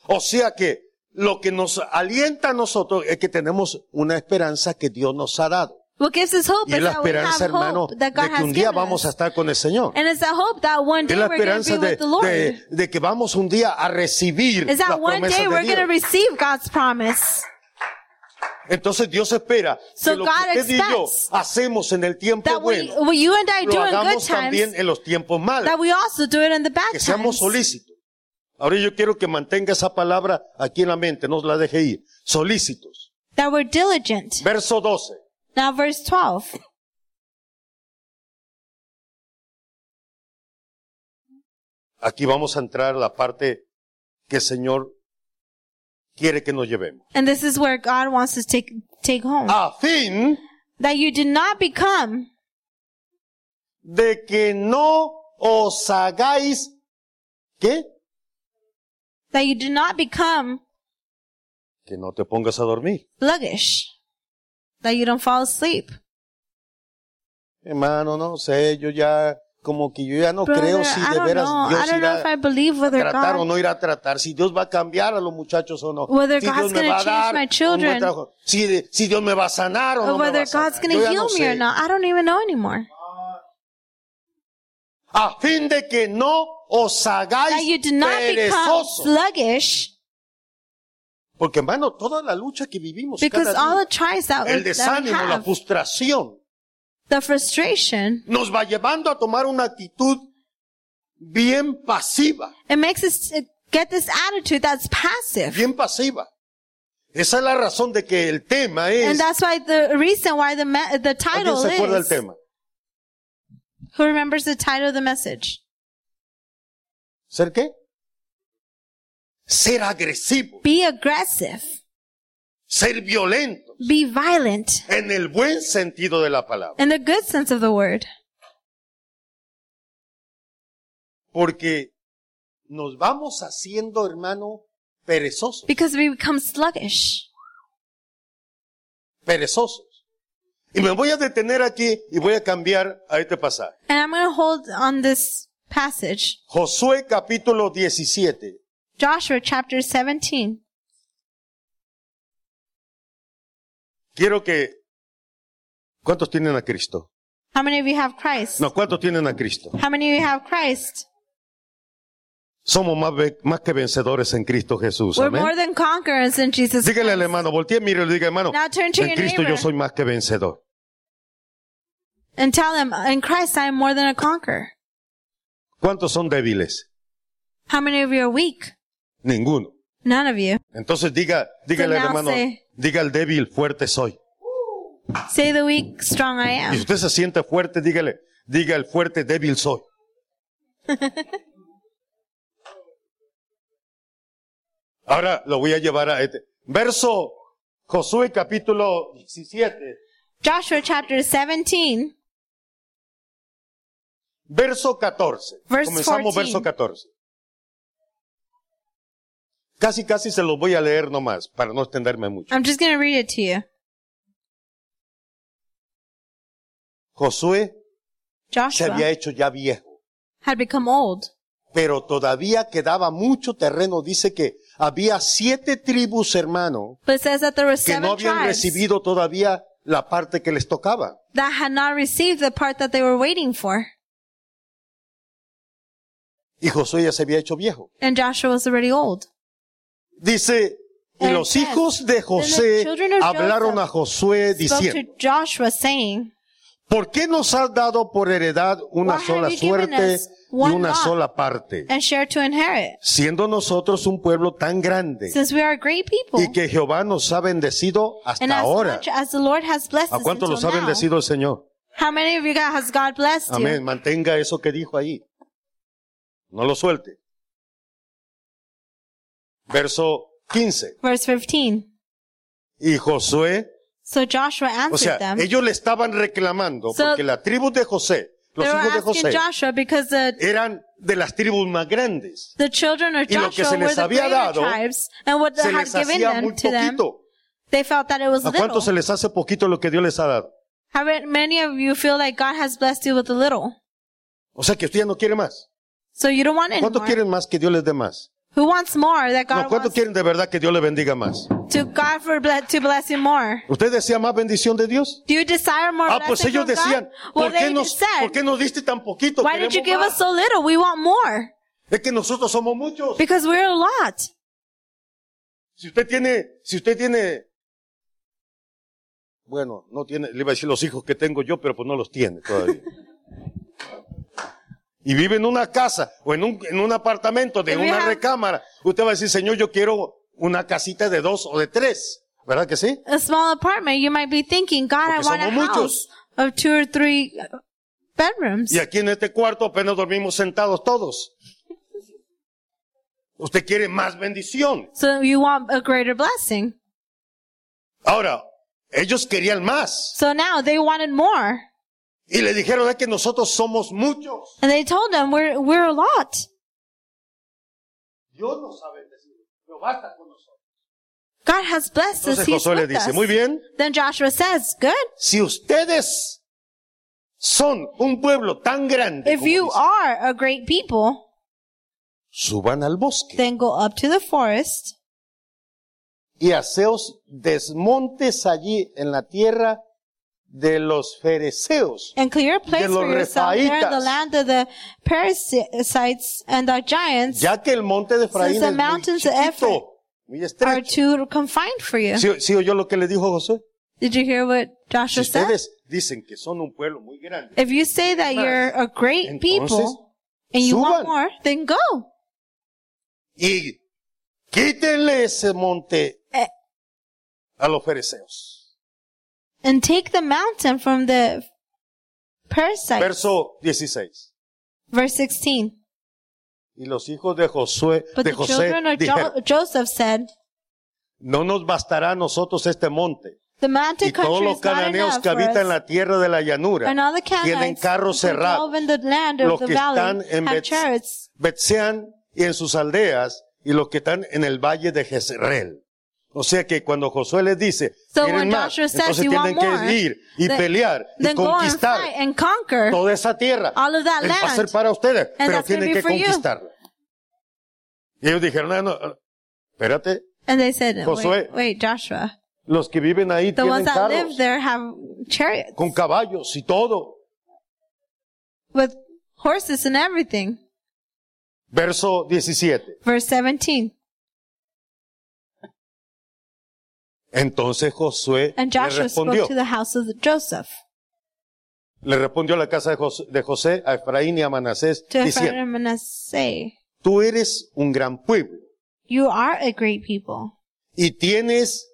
[SPEAKER 1] O sea que lo que nos alienta a nosotros es que tenemos una esperanza que Dios nos ha dado.
[SPEAKER 2] What gives us hope
[SPEAKER 1] Y es
[SPEAKER 2] is
[SPEAKER 1] la
[SPEAKER 2] that we Pues have
[SPEAKER 1] esperanza, hermano,
[SPEAKER 2] hope
[SPEAKER 1] de
[SPEAKER 2] that God
[SPEAKER 1] que
[SPEAKER 2] has
[SPEAKER 1] un día
[SPEAKER 2] given
[SPEAKER 1] vamos a
[SPEAKER 2] us.
[SPEAKER 1] estar con el Señor.
[SPEAKER 2] And it's that hope that one
[SPEAKER 1] Es
[SPEAKER 2] day
[SPEAKER 1] la
[SPEAKER 2] we're going to
[SPEAKER 1] esperanza
[SPEAKER 2] be
[SPEAKER 1] de,
[SPEAKER 2] with the Lord.
[SPEAKER 1] de- de que vamos un día a recibir las
[SPEAKER 2] Is that one
[SPEAKER 1] promesas
[SPEAKER 2] day
[SPEAKER 1] de
[SPEAKER 2] we're going to
[SPEAKER 1] Dios.
[SPEAKER 2] receive God's promise.
[SPEAKER 1] Entonces Dios espera
[SPEAKER 2] So
[SPEAKER 1] que lo
[SPEAKER 2] God
[SPEAKER 1] que usted y yo
[SPEAKER 2] expects
[SPEAKER 1] hacemos en el tiempo
[SPEAKER 2] That we,
[SPEAKER 1] bueno
[SPEAKER 2] what you and I do
[SPEAKER 1] lo
[SPEAKER 2] in good
[SPEAKER 1] hagamos
[SPEAKER 2] times,
[SPEAKER 1] también en los tiempos malos,
[SPEAKER 2] that we also do it in the bad
[SPEAKER 1] que seamos
[SPEAKER 2] times.
[SPEAKER 1] solícitos. Ahora yo quiero que mantenga esa palabra aquí en la mente, no la deje ir. Solícitos.
[SPEAKER 2] That we're diligent.
[SPEAKER 1] Verso 12.
[SPEAKER 2] Now verse 12.
[SPEAKER 1] Aquí vamos a entrar a la parte que el Señor quiere que nos llevemos.
[SPEAKER 2] And this is where God wants us to take, take home.
[SPEAKER 1] A fin
[SPEAKER 2] That you do not become
[SPEAKER 1] de que no os hagáis, ¿qué?
[SPEAKER 2] that you do not become
[SPEAKER 1] Que no te pongas a dormir.
[SPEAKER 2] sluggish. that you don't fall asleep.
[SPEAKER 1] Hermano, no sé, yo ya, como que yo ya no
[SPEAKER 2] Brother,
[SPEAKER 1] creo si
[SPEAKER 2] I
[SPEAKER 1] de
[SPEAKER 2] don't
[SPEAKER 1] veras
[SPEAKER 2] know. I
[SPEAKER 1] Dios
[SPEAKER 2] don't know if I
[SPEAKER 1] irá
[SPEAKER 2] believe whether
[SPEAKER 1] a tratar o
[SPEAKER 2] God
[SPEAKER 1] no irá a tratar, si Dios va a cambiar a los muchachos o no,
[SPEAKER 2] Whether
[SPEAKER 1] si Dios
[SPEAKER 2] God's
[SPEAKER 1] me va
[SPEAKER 2] gonna
[SPEAKER 1] a
[SPEAKER 2] change
[SPEAKER 1] dar
[SPEAKER 2] my
[SPEAKER 1] o no
[SPEAKER 2] children.
[SPEAKER 1] me trajo, si, si Dios me va a sanar o
[SPEAKER 2] or
[SPEAKER 1] no me va
[SPEAKER 2] whether
[SPEAKER 1] a sanar.
[SPEAKER 2] God's
[SPEAKER 1] Yo
[SPEAKER 2] going to
[SPEAKER 1] ya
[SPEAKER 2] heal
[SPEAKER 1] no
[SPEAKER 2] me or
[SPEAKER 1] sé.
[SPEAKER 2] not. I don't even know anymore.
[SPEAKER 1] A fin de que no os
[SPEAKER 2] That
[SPEAKER 1] hagáis
[SPEAKER 2] you do not become
[SPEAKER 1] perezosos.
[SPEAKER 2] sluggish
[SPEAKER 1] Porque hermano, toda la lucha que vivimos
[SPEAKER 2] because
[SPEAKER 1] cada
[SPEAKER 2] all
[SPEAKER 1] día,
[SPEAKER 2] the tries
[SPEAKER 1] el
[SPEAKER 2] that, we- that we
[SPEAKER 1] desánimo, la
[SPEAKER 2] have,
[SPEAKER 1] frustración,
[SPEAKER 2] the frustration,
[SPEAKER 1] nos va llevando a tomar una actitud bien pasiva,
[SPEAKER 2] it makes us uh, get this attitude that's passive.
[SPEAKER 1] bien pasiva. Esa es la razón de que el tema
[SPEAKER 2] And
[SPEAKER 1] es,
[SPEAKER 2] that's why the reason why the me- the
[SPEAKER 1] ¿alguien
[SPEAKER 2] title
[SPEAKER 1] se acuerda del
[SPEAKER 2] is
[SPEAKER 1] tema?
[SPEAKER 2] Who remembers the title of the message?
[SPEAKER 1] ¿Ser qué? Ser agresivo,
[SPEAKER 2] Be aggressive.
[SPEAKER 1] ser violento,
[SPEAKER 2] Be violent
[SPEAKER 1] en el buen sentido de la palabra.
[SPEAKER 2] in the good sense of the word
[SPEAKER 1] Porque nos vamos haciendo, hermano, perezosos,
[SPEAKER 2] because we become sluggish.
[SPEAKER 1] perezosos. Y me voy a detener aquí y voy a cambiar a este pasaje.
[SPEAKER 2] And I'm going to hold on this passage.
[SPEAKER 1] Josué capítulo 17.
[SPEAKER 2] Joshua chapter 17.
[SPEAKER 1] Quiero que... ¿Cuántos tienen a Cristo?
[SPEAKER 2] How many of you have Christ?
[SPEAKER 1] No, ¿cuántos tienen a Cristo?
[SPEAKER 2] How many of you have Christ?
[SPEAKER 1] Somos más, ve- más que vencedores en Cristo Jesús.
[SPEAKER 2] We're
[SPEAKER 1] Amén.
[SPEAKER 2] more than conquerors in Jesus
[SPEAKER 1] Dígale al
[SPEAKER 2] Christ.
[SPEAKER 1] hermano, voltee, mire, le diga, hermano,
[SPEAKER 2] Now turn to
[SPEAKER 1] en
[SPEAKER 2] your
[SPEAKER 1] Cristo yo
[SPEAKER 2] neighbor.
[SPEAKER 1] soy más que vencedor.
[SPEAKER 2] And tell them, in Christ I am more than a conqueror.
[SPEAKER 1] ¿Cuántos son débiles?
[SPEAKER 2] How many of you are weak?
[SPEAKER 1] Ninguno.
[SPEAKER 2] None of you.
[SPEAKER 1] Entonces diga, dígale al
[SPEAKER 2] now
[SPEAKER 1] hermano,
[SPEAKER 2] say-
[SPEAKER 1] diga al débil, fuerte soy.
[SPEAKER 2] Say the weak, strong I
[SPEAKER 1] Y si
[SPEAKER 2] am.
[SPEAKER 1] usted se siente fuerte, dígale, diga el fuerte, débil soy. Ahora lo voy a llevar a este. Verso Josué capítulo 17,
[SPEAKER 2] Joshua chapter 17,
[SPEAKER 1] verso 14.
[SPEAKER 2] Verse
[SPEAKER 1] Comenzamos
[SPEAKER 2] 14.
[SPEAKER 1] verso 14. Casi, casi se los voy a leer nomás, para no extenderme mucho.
[SPEAKER 2] I'm just going to read it to you.
[SPEAKER 1] Josué se había
[SPEAKER 2] Joshua
[SPEAKER 1] hecho ya viejo.
[SPEAKER 2] had become old,
[SPEAKER 1] pero todavía quedaba mucho terreno. Dice que había siete tribus, hermano,
[SPEAKER 2] but it says that there were
[SPEAKER 1] que no
[SPEAKER 2] seven
[SPEAKER 1] habían
[SPEAKER 2] tribes
[SPEAKER 1] recibido todavía la parte que les tocaba.
[SPEAKER 2] that had not received the part that they were waiting for.
[SPEAKER 1] Y Josué ya se había hecho viejo.
[SPEAKER 2] And Joshua was already old.
[SPEAKER 1] Dice, y
[SPEAKER 2] And
[SPEAKER 1] los
[SPEAKER 2] says,
[SPEAKER 1] hijos de José
[SPEAKER 2] children of
[SPEAKER 1] hablaron
[SPEAKER 2] Joseph
[SPEAKER 1] a Josué
[SPEAKER 2] Spoke to
[SPEAKER 1] diciendo,
[SPEAKER 2] Joshua saying,
[SPEAKER 1] ¿por qué nos has dado por heredad una
[SPEAKER 2] Why
[SPEAKER 1] sola
[SPEAKER 2] have you given
[SPEAKER 1] suerte
[SPEAKER 2] us
[SPEAKER 1] y
[SPEAKER 2] one
[SPEAKER 1] una
[SPEAKER 2] lot?
[SPEAKER 1] sola parte?
[SPEAKER 2] and share to inherit,
[SPEAKER 1] Siendo nosotros un pueblo tan grande
[SPEAKER 2] since we are a great people.
[SPEAKER 1] y que Jehová nos ha bendecido
[SPEAKER 2] And
[SPEAKER 1] hasta
[SPEAKER 2] as
[SPEAKER 1] ahora.
[SPEAKER 2] much as the Lord has blessed
[SPEAKER 1] ¿A
[SPEAKER 2] us
[SPEAKER 1] cuántos
[SPEAKER 2] until
[SPEAKER 1] los ha
[SPEAKER 2] now,
[SPEAKER 1] bendecido el Señor?
[SPEAKER 2] how many of you guys has God blessed
[SPEAKER 1] Amén.
[SPEAKER 2] you?
[SPEAKER 1] Mantenga eso que dijo ahí. No lo suelte. Verso 15.
[SPEAKER 2] Verse 15.
[SPEAKER 1] Y Josué,
[SPEAKER 2] So Joshua
[SPEAKER 1] o sea,
[SPEAKER 2] answered them.
[SPEAKER 1] ellos le estaban reclamando
[SPEAKER 2] So-
[SPEAKER 1] porque la tribu de José,
[SPEAKER 2] They
[SPEAKER 1] los
[SPEAKER 2] were
[SPEAKER 1] hijos de
[SPEAKER 2] asking
[SPEAKER 1] José,
[SPEAKER 2] Joshua because the,
[SPEAKER 1] eran de las tribus más grandes.
[SPEAKER 2] the children of
[SPEAKER 1] Y lo que
[SPEAKER 2] Joshua
[SPEAKER 1] se
[SPEAKER 2] were
[SPEAKER 1] les
[SPEAKER 2] the
[SPEAKER 1] había
[SPEAKER 2] greater
[SPEAKER 1] dado,
[SPEAKER 2] tribes, and what they
[SPEAKER 1] Se
[SPEAKER 2] had
[SPEAKER 1] les
[SPEAKER 2] given
[SPEAKER 1] hacía muy
[SPEAKER 2] them to them,
[SPEAKER 1] poquito.
[SPEAKER 2] they felt that it was
[SPEAKER 1] ¿A cuánto
[SPEAKER 2] little.
[SPEAKER 1] se les hace poquito lo que Dios les ha dado?
[SPEAKER 2] How many of you feel like God has blessed you with a little?
[SPEAKER 1] O sea que usted ya no quiere más.
[SPEAKER 2] So you don't want
[SPEAKER 1] ¿Cuántos
[SPEAKER 2] anymore.
[SPEAKER 1] quieren más que Dios les dé más?
[SPEAKER 2] Who wants more that
[SPEAKER 1] No,
[SPEAKER 2] God
[SPEAKER 1] ¿cuántos
[SPEAKER 2] wants
[SPEAKER 1] quieren de verdad que Dios les bendiga más?
[SPEAKER 2] to God for ble- to bless you more?
[SPEAKER 1] ¿Usted desea más bendición de Dios?
[SPEAKER 2] Do you desire more
[SPEAKER 1] Ah, pues
[SPEAKER 2] blessing
[SPEAKER 1] ellos
[SPEAKER 2] from
[SPEAKER 1] decían,
[SPEAKER 2] God? Well,
[SPEAKER 1] ¿por qué,
[SPEAKER 2] they
[SPEAKER 1] nos,
[SPEAKER 2] said,
[SPEAKER 1] ¿por qué nos diste tan poquito?
[SPEAKER 2] why did
[SPEAKER 1] Queremos
[SPEAKER 2] you give
[SPEAKER 1] más.
[SPEAKER 2] us so little? We want more.
[SPEAKER 1] Es que nosotros somos muchos.
[SPEAKER 2] Because we're a lot.
[SPEAKER 1] Si usted tiene, si usted tiene, bueno, no tiene, le iba a decir los hijos que tengo yo, pero pues no los tiene todavía. y vive en una casa o en un, en un apartamento de
[SPEAKER 2] If you
[SPEAKER 1] una
[SPEAKER 2] have-
[SPEAKER 1] recámara, usted va a decir, Señor, yo quiero una casita de dos o de tres. ¿Verdad que sí?
[SPEAKER 2] A small apartment, you might be thinking, God, I
[SPEAKER 1] Porque
[SPEAKER 2] want a
[SPEAKER 1] somos
[SPEAKER 2] house of two or three uh, bedrooms.
[SPEAKER 1] Y aquí en este cuarto apenas dormimos sentados todos. Usted quiere más bendición.
[SPEAKER 2] So you want a greater blessing.
[SPEAKER 1] Ahora, ellos querían más.
[SPEAKER 2] So now they wanted more.
[SPEAKER 1] Y le dijeron, es que nosotros somos muchos.
[SPEAKER 2] And they told them, we're, we're a lot.
[SPEAKER 1] Dios nos ha bendecido. Pero basta con nosotros.
[SPEAKER 2] God has blessed us.
[SPEAKER 1] Entonces
[SPEAKER 2] He's
[SPEAKER 1] Josué le
[SPEAKER 2] with
[SPEAKER 1] dice,
[SPEAKER 2] us.
[SPEAKER 1] muy bien,
[SPEAKER 2] Then Joshua says, good.
[SPEAKER 1] si ustedes son un pueblo tan grande,
[SPEAKER 2] If
[SPEAKER 1] como
[SPEAKER 2] you
[SPEAKER 1] dicen,
[SPEAKER 2] are a great people,
[SPEAKER 1] suban al bosque
[SPEAKER 2] then go up to the forest
[SPEAKER 1] y haceos desmontes allí en la tierra de los fereceos.
[SPEAKER 2] and clear a place
[SPEAKER 1] los
[SPEAKER 2] for yourself there in the
[SPEAKER 1] Refaitas.
[SPEAKER 2] land of the parasites and the giants
[SPEAKER 1] Ya que el monte de Efraín
[SPEAKER 2] the
[SPEAKER 1] es muy
[SPEAKER 2] mountains of Ephraim
[SPEAKER 1] chiquito, muy
[SPEAKER 2] are
[SPEAKER 1] estrecho.
[SPEAKER 2] too confined for you.
[SPEAKER 1] ¿Sí, sí oyó lo que le dijo Josué?
[SPEAKER 2] Did you hear what
[SPEAKER 1] Si
[SPEAKER 2] Joshua said?
[SPEAKER 1] ustedes dicen que son un pueblo muy grande,
[SPEAKER 2] If you say that you're a great
[SPEAKER 1] entonces
[SPEAKER 2] people and you
[SPEAKER 1] suban.
[SPEAKER 2] want more, then go.
[SPEAKER 1] y quítenle ese monte
[SPEAKER 2] Eh.
[SPEAKER 1] a los fereceos.
[SPEAKER 2] and take the mountain from the parasite.
[SPEAKER 1] Verso 16.
[SPEAKER 2] Verse 16.
[SPEAKER 1] Y los hijos de Josué,
[SPEAKER 2] But
[SPEAKER 1] de
[SPEAKER 2] the
[SPEAKER 1] José,
[SPEAKER 2] children of Jo-
[SPEAKER 1] dijeron,
[SPEAKER 2] Joseph said,
[SPEAKER 1] no nos bastará a nosotros este monte.
[SPEAKER 2] The mountain
[SPEAKER 1] Y todos
[SPEAKER 2] country
[SPEAKER 1] los
[SPEAKER 2] is not
[SPEAKER 1] cananeos
[SPEAKER 2] enough
[SPEAKER 1] que
[SPEAKER 2] for
[SPEAKER 1] habitan
[SPEAKER 2] us.
[SPEAKER 1] la tierra de la llanura
[SPEAKER 2] And all the
[SPEAKER 1] tienen
[SPEAKER 2] Canaanites
[SPEAKER 1] carros
[SPEAKER 2] who dwell
[SPEAKER 1] cerrados.
[SPEAKER 2] in the land
[SPEAKER 1] Los
[SPEAKER 2] of the
[SPEAKER 1] que están
[SPEAKER 2] valley
[SPEAKER 1] en
[SPEAKER 2] have
[SPEAKER 1] Bet-
[SPEAKER 2] chariots.
[SPEAKER 1] Betseán y en sus aldeas y los que están en el valle de Jezreel. O sea que cuando Josué les dice,
[SPEAKER 2] So
[SPEAKER 1] "Quieren
[SPEAKER 2] when
[SPEAKER 1] más",
[SPEAKER 2] Joshua says,
[SPEAKER 1] entonces
[SPEAKER 2] "You
[SPEAKER 1] tienen
[SPEAKER 2] want
[SPEAKER 1] que
[SPEAKER 2] more",
[SPEAKER 1] ir y
[SPEAKER 2] then-
[SPEAKER 1] pelear y
[SPEAKER 2] Then go and
[SPEAKER 1] conquistar
[SPEAKER 2] fight and conquer.
[SPEAKER 1] toda esa tierra.
[SPEAKER 2] all of that
[SPEAKER 1] Él va a
[SPEAKER 2] land.
[SPEAKER 1] ser para ustedes, pero
[SPEAKER 2] that's gonna
[SPEAKER 1] tienen
[SPEAKER 2] be
[SPEAKER 1] que
[SPEAKER 2] for you.
[SPEAKER 1] conquistarla. Y ellos dijeron, "Ah, "No, no, no, espérate,
[SPEAKER 2] And they said,
[SPEAKER 1] Josué.
[SPEAKER 2] wait, wait, Joshua.
[SPEAKER 1] los que viven ahí
[SPEAKER 2] The
[SPEAKER 1] tienen
[SPEAKER 2] ones that live
[SPEAKER 1] carros
[SPEAKER 2] there have chariots
[SPEAKER 1] con caballos y todo.
[SPEAKER 2] with horses and everything.
[SPEAKER 1] Verso 17.
[SPEAKER 2] Verse 17.
[SPEAKER 1] Entonces Josué
[SPEAKER 2] And
[SPEAKER 1] le
[SPEAKER 2] Joshua
[SPEAKER 1] respondió,
[SPEAKER 2] spoke to the house of Joseph,
[SPEAKER 1] le respondió a la casa de Jos- de José, a Efraín y a Manasés,
[SPEAKER 2] to
[SPEAKER 1] diciendo,
[SPEAKER 2] Ephraim and Manasseh.
[SPEAKER 1] tú eres un gran pueblo
[SPEAKER 2] You are a great people
[SPEAKER 1] y tienes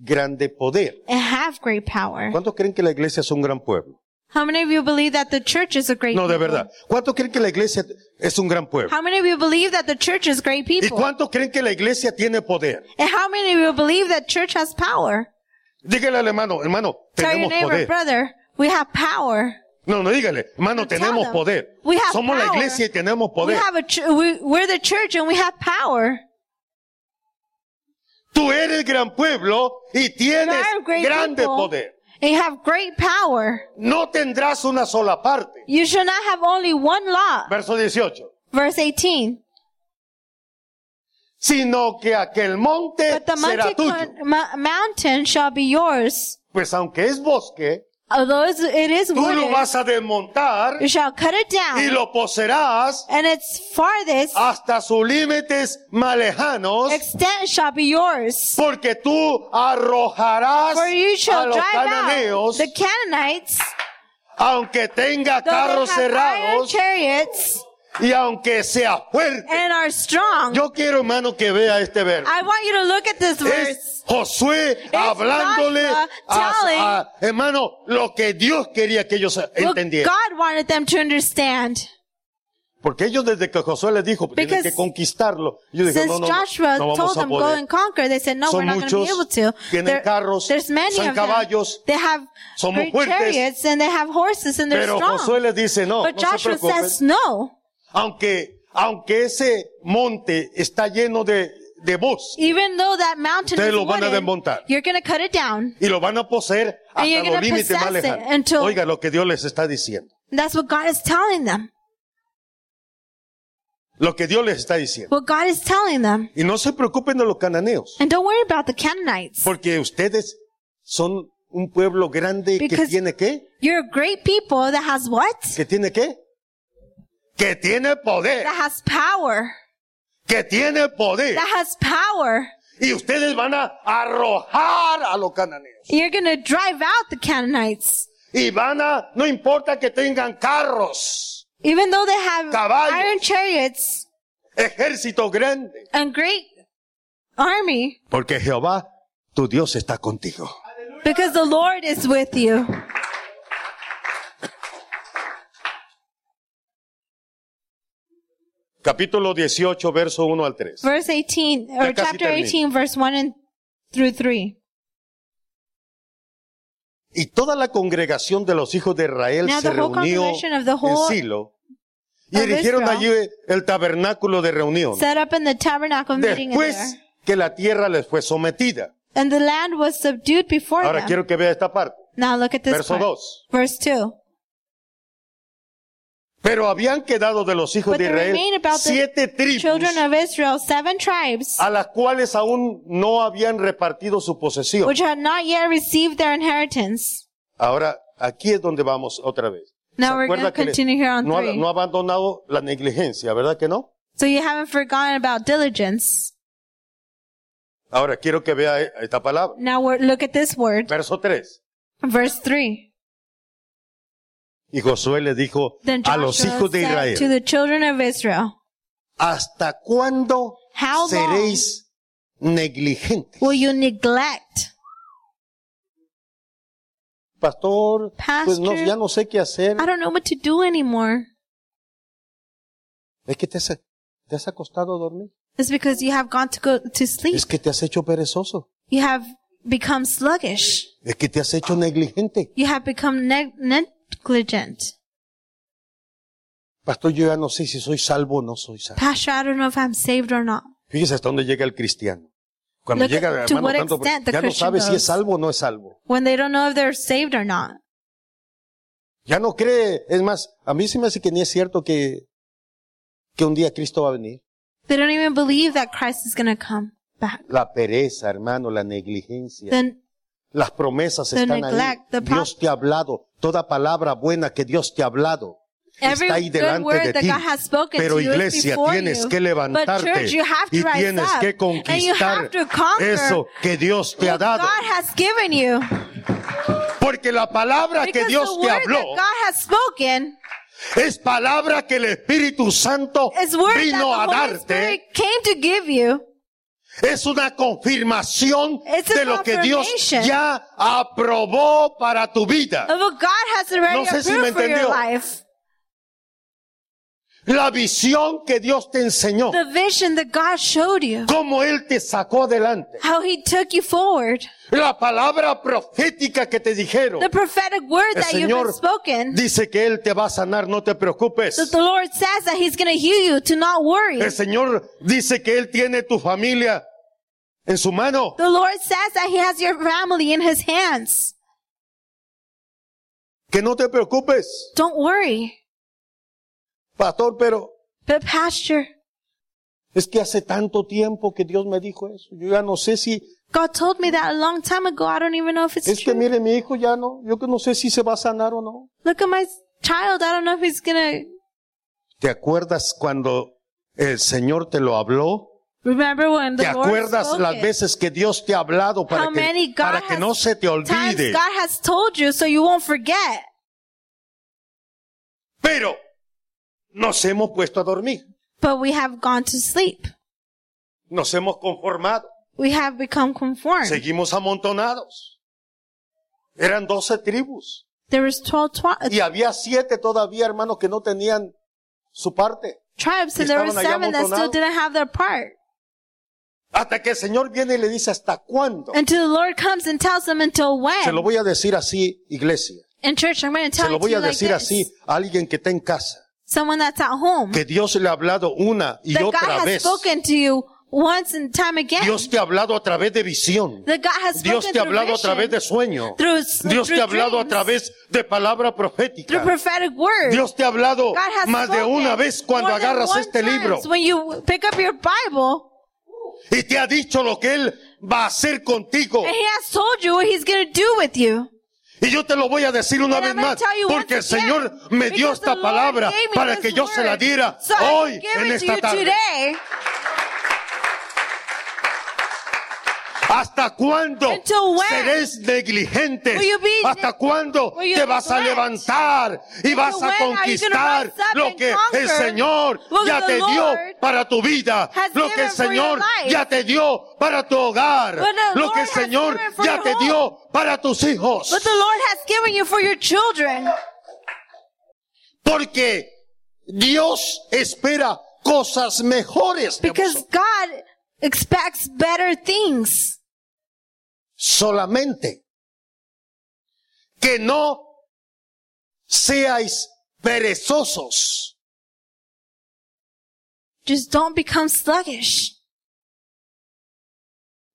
[SPEAKER 1] grande poder.
[SPEAKER 2] and have great power.
[SPEAKER 1] ¿Cuántos creen que la iglesia es un gran pueblo?
[SPEAKER 2] How many of you believe that the church is a great
[SPEAKER 1] No, de
[SPEAKER 2] people?
[SPEAKER 1] verdad. ¿Cuántos creen que la iglesia es un gran pueblo?
[SPEAKER 2] How many of you believe that the church is great
[SPEAKER 1] ¿Y
[SPEAKER 2] people?
[SPEAKER 1] cuántos creen que la iglesia tiene poder?
[SPEAKER 2] And how many of you believe that church has power?
[SPEAKER 1] Dígale al hermano, hermano,
[SPEAKER 2] Tell your
[SPEAKER 1] tenemos
[SPEAKER 2] neighbor,
[SPEAKER 1] poder.
[SPEAKER 2] brother, we have power.
[SPEAKER 1] No, no, dígale, hermano,
[SPEAKER 2] No, tell
[SPEAKER 1] tenemos
[SPEAKER 2] them.
[SPEAKER 1] poder.
[SPEAKER 2] We have
[SPEAKER 1] Somos la
[SPEAKER 2] power.
[SPEAKER 1] iglesia y tenemos
[SPEAKER 2] We
[SPEAKER 1] poder.
[SPEAKER 2] have a ch- we, we're the church and we have power.
[SPEAKER 1] Tú eres gran pueblo y tienes
[SPEAKER 2] are great
[SPEAKER 1] grande
[SPEAKER 2] people.
[SPEAKER 1] poder.
[SPEAKER 2] And you have great power.
[SPEAKER 1] No tendrás una sola parte.
[SPEAKER 2] You should not have only one law.
[SPEAKER 1] Verso 18.
[SPEAKER 2] Verse 18.
[SPEAKER 1] Sino que aquel monte
[SPEAKER 2] But the
[SPEAKER 1] será
[SPEAKER 2] mountain,
[SPEAKER 1] tuyo.
[SPEAKER 2] con- mo- mountain shall be yours.
[SPEAKER 1] Pues aunque es bosque,
[SPEAKER 2] Although it's- it is
[SPEAKER 1] tú lo
[SPEAKER 2] wooded,
[SPEAKER 1] vas a desmontar
[SPEAKER 2] you shall cut it
[SPEAKER 1] y
[SPEAKER 2] down.
[SPEAKER 1] lo poseerás
[SPEAKER 2] And its farthest
[SPEAKER 1] hasta sus límites más lejanos,
[SPEAKER 2] extent shall be yours.
[SPEAKER 1] porque tú arrojarás
[SPEAKER 2] For you
[SPEAKER 1] a
[SPEAKER 2] shall
[SPEAKER 1] los
[SPEAKER 2] drive out
[SPEAKER 1] cananeos,
[SPEAKER 2] the Canaanites,
[SPEAKER 1] aunque tenga
[SPEAKER 2] though
[SPEAKER 1] carros
[SPEAKER 2] they have iron
[SPEAKER 1] cerrados
[SPEAKER 2] chariots
[SPEAKER 1] y aunque sea fuerte.
[SPEAKER 2] and are strong.
[SPEAKER 1] Yo quiero, hermano, que vea este verso.
[SPEAKER 2] I want you to look at this
[SPEAKER 1] Es
[SPEAKER 2] verse.
[SPEAKER 1] Josué hablándole a,
[SPEAKER 2] Joshua telling-
[SPEAKER 1] a- hermano lo que Dios quería que ellos
[SPEAKER 2] What
[SPEAKER 1] entendieran.
[SPEAKER 2] God wanted them to understand.
[SPEAKER 1] Porque ellos desde que Josué les dijo, pues, tienen
[SPEAKER 2] Because
[SPEAKER 1] que conquistarlo. Yo dije,
[SPEAKER 2] Since
[SPEAKER 1] no, no, no,
[SPEAKER 2] Joshua
[SPEAKER 1] no
[SPEAKER 2] told
[SPEAKER 1] vamos a
[SPEAKER 2] them go
[SPEAKER 1] poder.
[SPEAKER 2] and conquer, they said no,
[SPEAKER 1] Son
[SPEAKER 2] we're not going to
[SPEAKER 1] muchos,
[SPEAKER 2] be able to.
[SPEAKER 1] tienen carros,
[SPEAKER 2] there's many
[SPEAKER 1] son
[SPEAKER 2] of them.
[SPEAKER 1] caballos,
[SPEAKER 2] They have
[SPEAKER 1] son muy
[SPEAKER 2] great
[SPEAKER 1] fuertes.
[SPEAKER 2] chariots and they have horses and they're
[SPEAKER 1] Pero
[SPEAKER 2] strong.
[SPEAKER 1] Josué les dice, no,
[SPEAKER 2] but
[SPEAKER 1] no se
[SPEAKER 2] Joshua
[SPEAKER 1] preocupen.
[SPEAKER 2] says no.
[SPEAKER 1] Aunque, aunque ese monte está lleno de, de voz
[SPEAKER 2] Even though that mountain
[SPEAKER 1] Ustedes
[SPEAKER 2] is
[SPEAKER 1] lo van a
[SPEAKER 2] wooden,
[SPEAKER 1] desmontar.
[SPEAKER 2] you're going to cut it down.
[SPEAKER 1] y lo van a poseer
[SPEAKER 2] And
[SPEAKER 1] hasta
[SPEAKER 2] you're
[SPEAKER 1] los
[SPEAKER 2] gonna
[SPEAKER 1] límites más
[SPEAKER 2] possess it
[SPEAKER 1] lejanos.
[SPEAKER 2] until-
[SPEAKER 1] Oiga lo que Dios les está diciendo.
[SPEAKER 2] And that's what God is telling them.
[SPEAKER 1] Lo que Dios les está diciendo.
[SPEAKER 2] What God is telling them.
[SPEAKER 1] Y no se preocupen de los cananeos.
[SPEAKER 2] And don't worry about the Canaanites.
[SPEAKER 1] Porque ustedes son un pueblo grande que
[SPEAKER 2] Because-
[SPEAKER 1] tiene qué?
[SPEAKER 2] You're a great people that has what?
[SPEAKER 1] Que tiene qué? Que tiene poder.
[SPEAKER 2] That has power.
[SPEAKER 1] Que tiene poder.
[SPEAKER 2] That has power.
[SPEAKER 1] Y ustedes van a arrojar a los cananeos.
[SPEAKER 2] You're going to drive out the Canaanites.
[SPEAKER 1] Y van a, no importa que tengan carros,
[SPEAKER 2] Even though they have
[SPEAKER 1] Caballos.
[SPEAKER 2] iron chariots
[SPEAKER 1] ejército grande.
[SPEAKER 2] and great army,
[SPEAKER 1] Porque Jehová, tu Dios, está contigo.
[SPEAKER 2] because the Lord is with you.
[SPEAKER 1] Capítulo 18, verso 1 al 3.
[SPEAKER 2] Verse 18,
[SPEAKER 1] Ya
[SPEAKER 2] or
[SPEAKER 1] casi
[SPEAKER 2] chapter
[SPEAKER 1] termino.
[SPEAKER 2] 18, verse 1 and through 3.
[SPEAKER 1] Y toda la congregación de los hijos de Israel
[SPEAKER 2] Now
[SPEAKER 1] se
[SPEAKER 2] the whole
[SPEAKER 1] reunió
[SPEAKER 2] congregation of the
[SPEAKER 1] en
[SPEAKER 2] whole
[SPEAKER 1] Silo y
[SPEAKER 2] of
[SPEAKER 1] erigieron allí
[SPEAKER 2] Israel.
[SPEAKER 1] el tabernáculo de reunión.
[SPEAKER 2] Set up in the tabernacle meeting in there.
[SPEAKER 1] Después que la tierra les fue sometida.
[SPEAKER 2] and the land was subdued before
[SPEAKER 1] Ahora
[SPEAKER 2] them.
[SPEAKER 1] quiero que vea esta parte.
[SPEAKER 2] now look at this
[SPEAKER 1] Verso
[SPEAKER 2] part.
[SPEAKER 1] 2.
[SPEAKER 2] Verse 2.
[SPEAKER 1] Pero habían quedado de los hijos
[SPEAKER 2] But
[SPEAKER 1] de
[SPEAKER 2] there
[SPEAKER 1] Israel
[SPEAKER 2] remained about
[SPEAKER 1] siete
[SPEAKER 2] the children
[SPEAKER 1] tribus
[SPEAKER 2] of Israel seven tribes
[SPEAKER 1] a las cuales aún no habían repartido su posesión.
[SPEAKER 2] which had not yet received their inheritance.
[SPEAKER 1] Ahora, aquí es donde vamos otra vez.
[SPEAKER 2] Now we're going to
[SPEAKER 1] Recuerda que le-
[SPEAKER 2] continue here on
[SPEAKER 1] no, ha-
[SPEAKER 2] 3.
[SPEAKER 1] no ha abandonado la negligencia, ¿verdad que no?
[SPEAKER 2] so you haven't forgotten about diligence.
[SPEAKER 1] Ahora quiero que vea e- esta palabra.
[SPEAKER 2] Now we're, look at this word.
[SPEAKER 1] Verso 3.
[SPEAKER 2] Verse 3.
[SPEAKER 1] Y Josué le dijo
[SPEAKER 2] Then
[SPEAKER 1] a
[SPEAKER 2] Joshua
[SPEAKER 1] los hijos de
[SPEAKER 2] said to
[SPEAKER 1] Israel,
[SPEAKER 2] the children of Israel,
[SPEAKER 1] ¿hasta cuándo
[SPEAKER 2] How long
[SPEAKER 1] seréis negligentes?
[SPEAKER 2] will you neglect?
[SPEAKER 1] Pastor, pues no,
[SPEAKER 2] Pastor,
[SPEAKER 1] ya no sé qué hacer.
[SPEAKER 2] I don't know what to do anymore.
[SPEAKER 1] Es que te has, te has acostado a dormir.
[SPEAKER 2] It's because you have gone to go to sleep.
[SPEAKER 1] Es que te has hecho perezoso.
[SPEAKER 2] You have become sluggish.
[SPEAKER 1] Es que te has hecho negligente.
[SPEAKER 2] You have become neg- negligent.
[SPEAKER 1] Pastor, yo ya no sé si soy salvo o no soy salvo.
[SPEAKER 2] Pastor, I don't know if I'm saved or not.
[SPEAKER 1] Fíjese hasta dónde llega el cristiano. Cuando
[SPEAKER 2] Look
[SPEAKER 1] llega
[SPEAKER 2] to
[SPEAKER 1] hermano
[SPEAKER 2] what
[SPEAKER 1] tanto, pues,
[SPEAKER 2] extent the
[SPEAKER 1] ya no
[SPEAKER 2] Christian
[SPEAKER 1] sabe si
[SPEAKER 2] knows.
[SPEAKER 1] es salvo o no es salvo.
[SPEAKER 2] When they don't know if they're saved or not.
[SPEAKER 1] Ya no cree. Es más, a mí se me hace que ni es cierto que, que un día Cristo va a venir.
[SPEAKER 2] They don't even believe that Christ is going to come back.
[SPEAKER 1] La pereza, hermano, la negligencia.
[SPEAKER 2] Then
[SPEAKER 1] Las promesas
[SPEAKER 2] the
[SPEAKER 1] están
[SPEAKER 2] neglect,
[SPEAKER 1] ahí.
[SPEAKER 2] the pro-
[SPEAKER 1] Dios te ha hablado. Toda palabra buena que Dios te ha hablado
[SPEAKER 2] every
[SPEAKER 1] está ahí
[SPEAKER 2] good
[SPEAKER 1] delante
[SPEAKER 2] word
[SPEAKER 1] de
[SPEAKER 2] that
[SPEAKER 1] ti.
[SPEAKER 2] God has spoken
[SPEAKER 1] Pero
[SPEAKER 2] to you is
[SPEAKER 1] iglesia,
[SPEAKER 2] before
[SPEAKER 1] tienes
[SPEAKER 2] you.
[SPEAKER 1] que
[SPEAKER 2] but
[SPEAKER 1] levantarte
[SPEAKER 2] church, you have to
[SPEAKER 1] y
[SPEAKER 2] rise
[SPEAKER 1] tienes
[SPEAKER 2] up,
[SPEAKER 1] que
[SPEAKER 2] and you
[SPEAKER 1] conquistar
[SPEAKER 2] have to conquer
[SPEAKER 1] eso que Dios te ha
[SPEAKER 2] what
[SPEAKER 1] dado.
[SPEAKER 2] God has given you.
[SPEAKER 1] Porque la palabra que
[SPEAKER 2] Because
[SPEAKER 1] Dios te
[SPEAKER 2] the word
[SPEAKER 1] habló
[SPEAKER 2] that God has spoken
[SPEAKER 1] es palabra que el Espíritu Santo
[SPEAKER 2] is word
[SPEAKER 1] vino a
[SPEAKER 2] that the Holy Spirit
[SPEAKER 1] darte.
[SPEAKER 2] came to give you.
[SPEAKER 1] Es una confirmación
[SPEAKER 2] It's a
[SPEAKER 1] de lo que Dios
[SPEAKER 2] confirmation.
[SPEAKER 1] ya aprobó para tu vida.
[SPEAKER 2] Of what God has already
[SPEAKER 1] No sé si me
[SPEAKER 2] approved for
[SPEAKER 1] entendió.
[SPEAKER 2] your life.
[SPEAKER 1] La visión que Dios te enseñó.
[SPEAKER 2] The vision that God showed you.
[SPEAKER 1] Cómo Él te sacó adelante.
[SPEAKER 2] How he took you forward.
[SPEAKER 1] La palabra profética que te dijeron.
[SPEAKER 2] The prophetic word
[SPEAKER 1] El
[SPEAKER 2] that you've been
[SPEAKER 1] Señor
[SPEAKER 2] spoken.
[SPEAKER 1] dice que Él te va a sanar, no te
[SPEAKER 2] That
[SPEAKER 1] preocupes.
[SPEAKER 2] the Lord says that he's going to heal you to not worry.
[SPEAKER 1] El Señor dice que Él tiene tu familia en su mano.
[SPEAKER 2] The Lord says that he has your family in his hands.
[SPEAKER 1] Que no te preocupes,
[SPEAKER 2] Don't worry.
[SPEAKER 1] pastor, pero
[SPEAKER 2] But pastor,
[SPEAKER 1] es que hace tanto tiempo que Dios me dijo eso. Yo ya no sé si,
[SPEAKER 2] God told me that a long time ago. I don't even know if it's
[SPEAKER 1] es
[SPEAKER 2] true.
[SPEAKER 1] que mire, mi hijo ya no, yo que no sé si se va a sanar o no.
[SPEAKER 2] Look at my child. I don't know if he's gonna
[SPEAKER 1] ¿Te acuerdas cuando el Señor te lo habló?
[SPEAKER 2] remember when the
[SPEAKER 1] ¿Te
[SPEAKER 2] Lord
[SPEAKER 1] acuerdas
[SPEAKER 2] spoke
[SPEAKER 1] las
[SPEAKER 2] it?
[SPEAKER 1] veces que Dios te ha hablado para
[SPEAKER 2] How many
[SPEAKER 1] que,
[SPEAKER 2] God
[SPEAKER 1] para que
[SPEAKER 2] has-
[SPEAKER 1] no se te
[SPEAKER 2] times
[SPEAKER 1] olvide?
[SPEAKER 2] God has told you so you won't forget.
[SPEAKER 1] Pero nos hemos puesto a dormir,
[SPEAKER 2] But we have gone to sleep.
[SPEAKER 1] nos hemos conformado.
[SPEAKER 2] We have become conformed.
[SPEAKER 1] Seguimos amontonados. Eran doce tribus.
[SPEAKER 2] There was 12 twi- uh,
[SPEAKER 1] Y había siete todavía, hermanos, que no tenían su parte.
[SPEAKER 2] tribes and there were
[SPEAKER 1] estaban allá
[SPEAKER 2] seven that still
[SPEAKER 1] amontonados.
[SPEAKER 2] didn't have their part.
[SPEAKER 1] Hasta que el Señor viene y le dice, ¿hasta cuándo?
[SPEAKER 2] Until the Lord comes and tells them until
[SPEAKER 1] Se lo
[SPEAKER 2] when.
[SPEAKER 1] voy a decir así, iglesia.
[SPEAKER 2] In church, I'm going to
[SPEAKER 1] Se
[SPEAKER 2] tell
[SPEAKER 1] lo
[SPEAKER 2] it to
[SPEAKER 1] voy
[SPEAKER 2] you
[SPEAKER 1] a
[SPEAKER 2] like
[SPEAKER 1] decir
[SPEAKER 2] this.
[SPEAKER 1] así a alguien que está en casa.
[SPEAKER 2] Someone that's at home.
[SPEAKER 1] Que Dios le ha hablado una y
[SPEAKER 2] That God
[SPEAKER 1] otra
[SPEAKER 2] has
[SPEAKER 1] vez.
[SPEAKER 2] spoken to you once and time again.
[SPEAKER 1] Dios te ha hablado a través de visión.
[SPEAKER 2] that God has
[SPEAKER 1] Dios
[SPEAKER 2] spoken
[SPEAKER 1] te ha
[SPEAKER 2] through
[SPEAKER 1] hablado a
[SPEAKER 2] vision,
[SPEAKER 1] través de sueño.
[SPEAKER 2] through,
[SPEAKER 1] Dios
[SPEAKER 2] through
[SPEAKER 1] te ha hablado a
[SPEAKER 2] dreams,
[SPEAKER 1] través de palabra
[SPEAKER 2] through
[SPEAKER 1] profética.
[SPEAKER 2] prophetic words.
[SPEAKER 1] Dios te ha hablado
[SPEAKER 2] God has
[SPEAKER 1] más de
[SPEAKER 2] spoken
[SPEAKER 1] una vez cuando
[SPEAKER 2] more than
[SPEAKER 1] agarras
[SPEAKER 2] one
[SPEAKER 1] este
[SPEAKER 2] times
[SPEAKER 1] libro.
[SPEAKER 2] When you pick up your Bible,
[SPEAKER 1] Y te ha dicho lo que Él va a hacer contigo.
[SPEAKER 2] and He has told you what He's going to do with you.
[SPEAKER 1] Y yo te lo voy a decir una
[SPEAKER 2] And
[SPEAKER 1] vez
[SPEAKER 2] I'm gonna
[SPEAKER 1] más,
[SPEAKER 2] tell you once
[SPEAKER 1] porque el
[SPEAKER 2] again,
[SPEAKER 1] Señor me dio
[SPEAKER 2] because
[SPEAKER 1] esta
[SPEAKER 2] the Lord
[SPEAKER 1] palabra
[SPEAKER 2] gave me
[SPEAKER 1] para
[SPEAKER 2] this
[SPEAKER 1] que yo se la
[SPEAKER 2] word.
[SPEAKER 1] diera
[SPEAKER 2] So I
[SPEAKER 1] hoy
[SPEAKER 2] give
[SPEAKER 1] en
[SPEAKER 2] it to
[SPEAKER 1] esta
[SPEAKER 2] you
[SPEAKER 1] tarde.
[SPEAKER 2] Today,
[SPEAKER 1] ¿Hasta cuándo
[SPEAKER 2] Until when
[SPEAKER 1] seréis negligentes?
[SPEAKER 2] will you be ne-
[SPEAKER 1] ¿Hasta cuándo
[SPEAKER 2] will you
[SPEAKER 1] te vas a
[SPEAKER 2] neglect?
[SPEAKER 1] levantar y vas
[SPEAKER 2] when
[SPEAKER 1] a
[SPEAKER 2] are you gonna
[SPEAKER 1] conquistar
[SPEAKER 2] rise up
[SPEAKER 1] lo
[SPEAKER 2] and
[SPEAKER 1] que el
[SPEAKER 2] conquer
[SPEAKER 1] Señor
[SPEAKER 2] what
[SPEAKER 1] ya
[SPEAKER 2] the
[SPEAKER 1] te
[SPEAKER 2] Lord
[SPEAKER 1] dio para tu vida?
[SPEAKER 2] has
[SPEAKER 1] Lo que el
[SPEAKER 2] given for your
[SPEAKER 1] Señor
[SPEAKER 2] life?
[SPEAKER 1] ya te dio para tu hogar?
[SPEAKER 2] What the
[SPEAKER 1] Lo que el
[SPEAKER 2] Lord has
[SPEAKER 1] Señor
[SPEAKER 2] given for
[SPEAKER 1] ya
[SPEAKER 2] your
[SPEAKER 1] te
[SPEAKER 2] home?
[SPEAKER 1] dio para tus hijos?
[SPEAKER 2] what the Lord has given you for your children,
[SPEAKER 1] Porque Dios espera cosas mejores de
[SPEAKER 2] because
[SPEAKER 1] vosotros.
[SPEAKER 2] God expects better things.
[SPEAKER 1] solamente que no seáis perezosos.
[SPEAKER 2] Just don't become sluggish.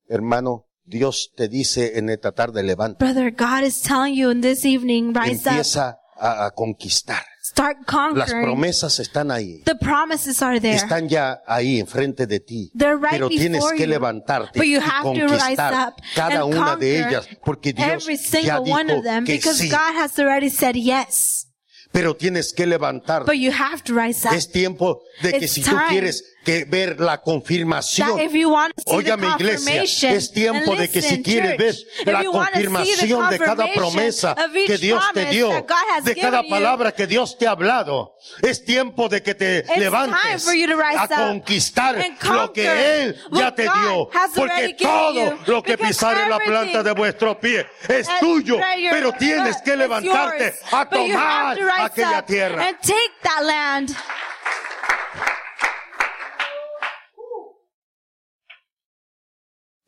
[SPEAKER 1] hermano, Dios te dice en esta tarde, levanta,
[SPEAKER 2] Brother, God is telling you in this evening, rise up,
[SPEAKER 1] empieza a, a conquistar.
[SPEAKER 2] start
[SPEAKER 1] Las
[SPEAKER 2] conquering.
[SPEAKER 1] promesas están ahí.
[SPEAKER 2] The promises are there.
[SPEAKER 1] Están ya ahí enfrente de ti.
[SPEAKER 2] They're right
[SPEAKER 1] Pero tienes
[SPEAKER 2] before
[SPEAKER 1] que
[SPEAKER 2] you.
[SPEAKER 1] levantarte
[SPEAKER 2] But
[SPEAKER 1] y
[SPEAKER 2] you have to rise
[SPEAKER 1] conquistar
[SPEAKER 2] up
[SPEAKER 1] cada
[SPEAKER 2] and
[SPEAKER 1] una de
[SPEAKER 2] conquer
[SPEAKER 1] ellas, porque Dios
[SPEAKER 2] Every
[SPEAKER 1] ya
[SPEAKER 2] single
[SPEAKER 1] dijo
[SPEAKER 2] one of them,
[SPEAKER 1] que
[SPEAKER 2] because
[SPEAKER 1] sí.
[SPEAKER 2] God has already said yes.
[SPEAKER 1] Pero tienes que levantarte.
[SPEAKER 2] But you have to rise up.
[SPEAKER 1] Es tiempo de que
[SPEAKER 2] It's
[SPEAKER 1] si tú
[SPEAKER 2] time.
[SPEAKER 1] quieres que ver la confirmación,
[SPEAKER 2] That if you want to see
[SPEAKER 1] Óigame,
[SPEAKER 2] the
[SPEAKER 1] iglesia,
[SPEAKER 2] confirmation,
[SPEAKER 1] es tiempo
[SPEAKER 2] and
[SPEAKER 1] de que si
[SPEAKER 2] listen,
[SPEAKER 1] quieres ver
[SPEAKER 2] church, if
[SPEAKER 1] la
[SPEAKER 2] you wanna see the
[SPEAKER 1] confirmación de cada
[SPEAKER 2] confirmation
[SPEAKER 1] promesa
[SPEAKER 2] of each
[SPEAKER 1] que Dios te
[SPEAKER 2] promise
[SPEAKER 1] dio,
[SPEAKER 2] that God has
[SPEAKER 1] de cada
[SPEAKER 2] given you,
[SPEAKER 1] palabra que Dios te ha hablado, es tiempo de que te
[SPEAKER 2] time
[SPEAKER 1] levantes
[SPEAKER 2] for you to rise
[SPEAKER 1] a
[SPEAKER 2] up
[SPEAKER 1] conquistar
[SPEAKER 2] and
[SPEAKER 1] lo que
[SPEAKER 2] conquer
[SPEAKER 1] Él
[SPEAKER 2] what
[SPEAKER 1] ya te
[SPEAKER 2] God
[SPEAKER 1] dio,
[SPEAKER 2] has
[SPEAKER 1] porque
[SPEAKER 2] already given
[SPEAKER 1] todo
[SPEAKER 2] you,
[SPEAKER 1] lo que
[SPEAKER 2] because
[SPEAKER 1] pisare la planta
[SPEAKER 2] everything
[SPEAKER 1] de vuestro pie es
[SPEAKER 2] and
[SPEAKER 1] tuyo,
[SPEAKER 2] prayer,
[SPEAKER 1] pero tienes
[SPEAKER 2] but
[SPEAKER 1] que
[SPEAKER 2] it's
[SPEAKER 1] levantarte
[SPEAKER 2] yours.
[SPEAKER 1] a
[SPEAKER 2] But you have
[SPEAKER 1] tomar
[SPEAKER 2] to rise
[SPEAKER 1] aquella
[SPEAKER 2] up
[SPEAKER 1] tierra.
[SPEAKER 2] And take that land.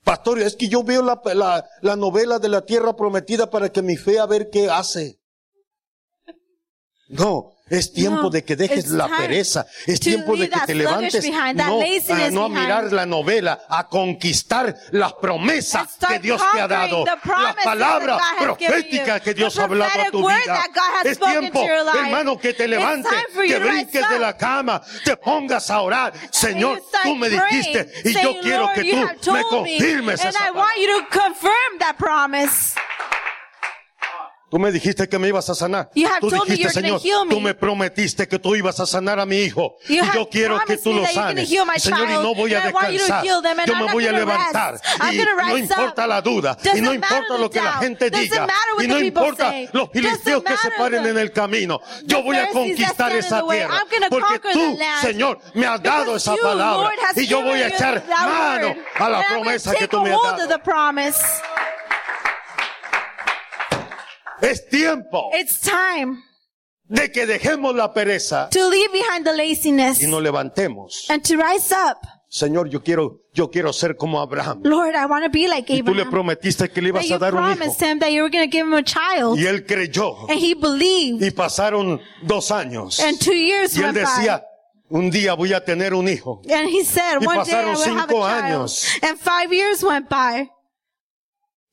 [SPEAKER 1] Pastor, es que yo veo la, la- la novela de la tierra prometida para que mi fe a ver qué hace. No, es tiempo
[SPEAKER 2] No,
[SPEAKER 1] de que dejes
[SPEAKER 2] it's
[SPEAKER 1] la
[SPEAKER 2] time
[SPEAKER 1] pereza, es
[SPEAKER 2] to
[SPEAKER 1] tiempo de
[SPEAKER 2] leave
[SPEAKER 1] que
[SPEAKER 2] that
[SPEAKER 1] te
[SPEAKER 2] sluggish
[SPEAKER 1] levantes
[SPEAKER 2] behind, that
[SPEAKER 1] no, a,
[SPEAKER 2] laziness
[SPEAKER 1] no a
[SPEAKER 2] behind.
[SPEAKER 1] mirar la novela, a conquistar las
[SPEAKER 2] And
[SPEAKER 1] promesas que
[SPEAKER 2] start
[SPEAKER 1] Dios te ha dado,
[SPEAKER 2] conquering the
[SPEAKER 1] las
[SPEAKER 2] promises
[SPEAKER 1] palabras
[SPEAKER 2] that God has given
[SPEAKER 1] proféticas
[SPEAKER 2] you,
[SPEAKER 1] que Dios
[SPEAKER 2] the
[SPEAKER 1] ha hablado a tu
[SPEAKER 2] prophetic word
[SPEAKER 1] vida.
[SPEAKER 2] that God has
[SPEAKER 1] Es
[SPEAKER 2] spoken
[SPEAKER 1] tiempo,
[SPEAKER 2] to your life.
[SPEAKER 1] hermano, que te
[SPEAKER 2] It's
[SPEAKER 1] levantes,
[SPEAKER 2] time for you
[SPEAKER 1] que
[SPEAKER 2] to rise
[SPEAKER 1] brinques de
[SPEAKER 2] up.
[SPEAKER 1] la cama, te pongas a orar. Señor,
[SPEAKER 2] And you start
[SPEAKER 1] tú me dijiste
[SPEAKER 2] praying,
[SPEAKER 1] y yo
[SPEAKER 2] saying,
[SPEAKER 1] quiero
[SPEAKER 2] "Lord,
[SPEAKER 1] que
[SPEAKER 2] you have
[SPEAKER 1] tú me
[SPEAKER 2] told me,
[SPEAKER 1] confirmes
[SPEAKER 2] And
[SPEAKER 1] esa
[SPEAKER 2] I
[SPEAKER 1] palabra.
[SPEAKER 2] want you to confirm that promise.
[SPEAKER 1] Tú me dijiste que me ibas a sanar.
[SPEAKER 2] You have
[SPEAKER 1] tú
[SPEAKER 2] told me
[SPEAKER 1] dijiste,
[SPEAKER 2] you're gonna
[SPEAKER 1] Señor,
[SPEAKER 2] heal me.
[SPEAKER 1] tú me prometiste que tú ibas a sanar a mi hijo.
[SPEAKER 2] You
[SPEAKER 1] y
[SPEAKER 2] have
[SPEAKER 1] yo quiero que
[SPEAKER 2] promised
[SPEAKER 1] tú
[SPEAKER 2] me
[SPEAKER 1] lo
[SPEAKER 2] that you're gonna
[SPEAKER 1] sanes.
[SPEAKER 2] heal my
[SPEAKER 1] Señor, y
[SPEAKER 2] child,
[SPEAKER 1] no voy a
[SPEAKER 2] and I want you to
[SPEAKER 1] descansar.
[SPEAKER 2] heal them, and
[SPEAKER 1] yo
[SPEAKER 2] I'm
[SPEAKER 1] me
[SPEAKER 2] not
[SPEAKER 1] voy a
[SPEAKER 2] gonna rest.
[SPEAKER 1] levantar.
[SPEAKER 2] I'm
[SPEAKER 1] Y
[SPEAKER 2] gonna
[SPEAKER 1] no
[SPEAKER 2] rise
[SPEAKER 1] importa
[SPEAKER 2] up.
[SPEAKER 1] la duda. Y
[SPEAKER 2] Doesn't
[SPEAKER 1] no
[SPEAKER 2] matter
[SPEAKER 1] importa
[SPEAKER 2] the
[SPEAKER 1] lo que la
[SPEAKER 2] doubt.
[SPEAKER 1] gente
[SPEAKER 2] Doesn't
[SPEAKER 1] diga.
[SPEAKER 2] matter
[SPEAKER 1] Y
[SPEAKER 2] what the
[SPEAKER 1] no
[SPEAKER 2] people
[SPEAKER 1] importa
[SPEAKER 2] say.
[SPEAKER 1] los
[SPEAKER 2] Doesn't
[SPEAKER 1] filisteos que se
[SPEAKER 2] matter
[SPEAKER 1] paren
[SPEAKER 2] the-
[SPEAKER 1] en el camino.
[SPEAKER 2] the
[SPEAKER 1] Yo voy a
[SPEAKER 2] Pharisees that
[SPEAKER 1] conquistar
[SPEAKER 2] stand in
[SPEAKER 1] esa
[SPEAKER 2] the way.
[SPEAKER 1] tierra.
[SPEAKER 2] I'm gonna
[SPEAKER 1] Porque
[SPEAKER 2] conquer
[SPEAKER 1] tú,
[SPEAKER 2] the land.
[SPEAKER 1] Señor, me has
[SPEAKER 2] Because
[SPEAKER 1] dado esa
[SPEAKER 2] you,
[SPEAKER 1] palabra.
[SPEAKER 2] Lord, has
[SPEAKER 1] Y yo voy a
[SPEAKER 2] given
[SPEAKER 1] echar
[SPEAKER 2] you that
[SPEAKER 1] mano a la
[SPEAKER 2] word. And I'm gonna
[SPEAKER 1] promesa que
[SPEAKER 2] take
[SPEAKER 1] tú me
[SPEAKER 2] a
[SPEAKER 1] has
[SPEAKER 2] hold of
[SPEAKER 1] dado.
[SPEAKER 2] the promise.
[SPEAKER 1] Es tiempo
[SPEAKER 2] It's time
[SPEAKER 1] de que dejemos la pereza
[SPEAKER 2] to leave behind the laziness
[SPEAKER 1] y nos levantemos.
[SPEAKER 2] and to rise up.
[SPEAKER 1] Señor, yo quiero, yo quiero ser como Abraham.
[SPEAKER 2] Lord, I want to be like
[SPEAKER 1] Y tú le
[SPEAKER 2] Abraham.
[SPEAKER 1] prometiste que le
[SPEAKER 2] That
[SPEAKER 1] ibas
[SPEAKER 2] you
[SPEAKER 1] a dar un hijo.
[SPEAKER 2] promised him that you were going to give him a child.
[SPEAKER 1] Y él creyó.
[SPEAKER 2] And he believed.
[SPEAKER 1] Y pasaron dos años.
[SPEAKER 2] And two years
[SPEAKER 1] Y él
[SPEAKER 2] went
[SPEAKER 1] decía, un día voy a tener un hijo.
[SPEAKER 2] by. And he said,
[SPEAKER 1] Y
[SPEAKER 2] one day I
[SPEAKER 1] pasaron
[SPEAKER 2] will have a
[SPEAKER 1] cinco
[SPEAKER 2] child.
[SPEAKER 1] años.
[SPEAKER 2] And five years went by.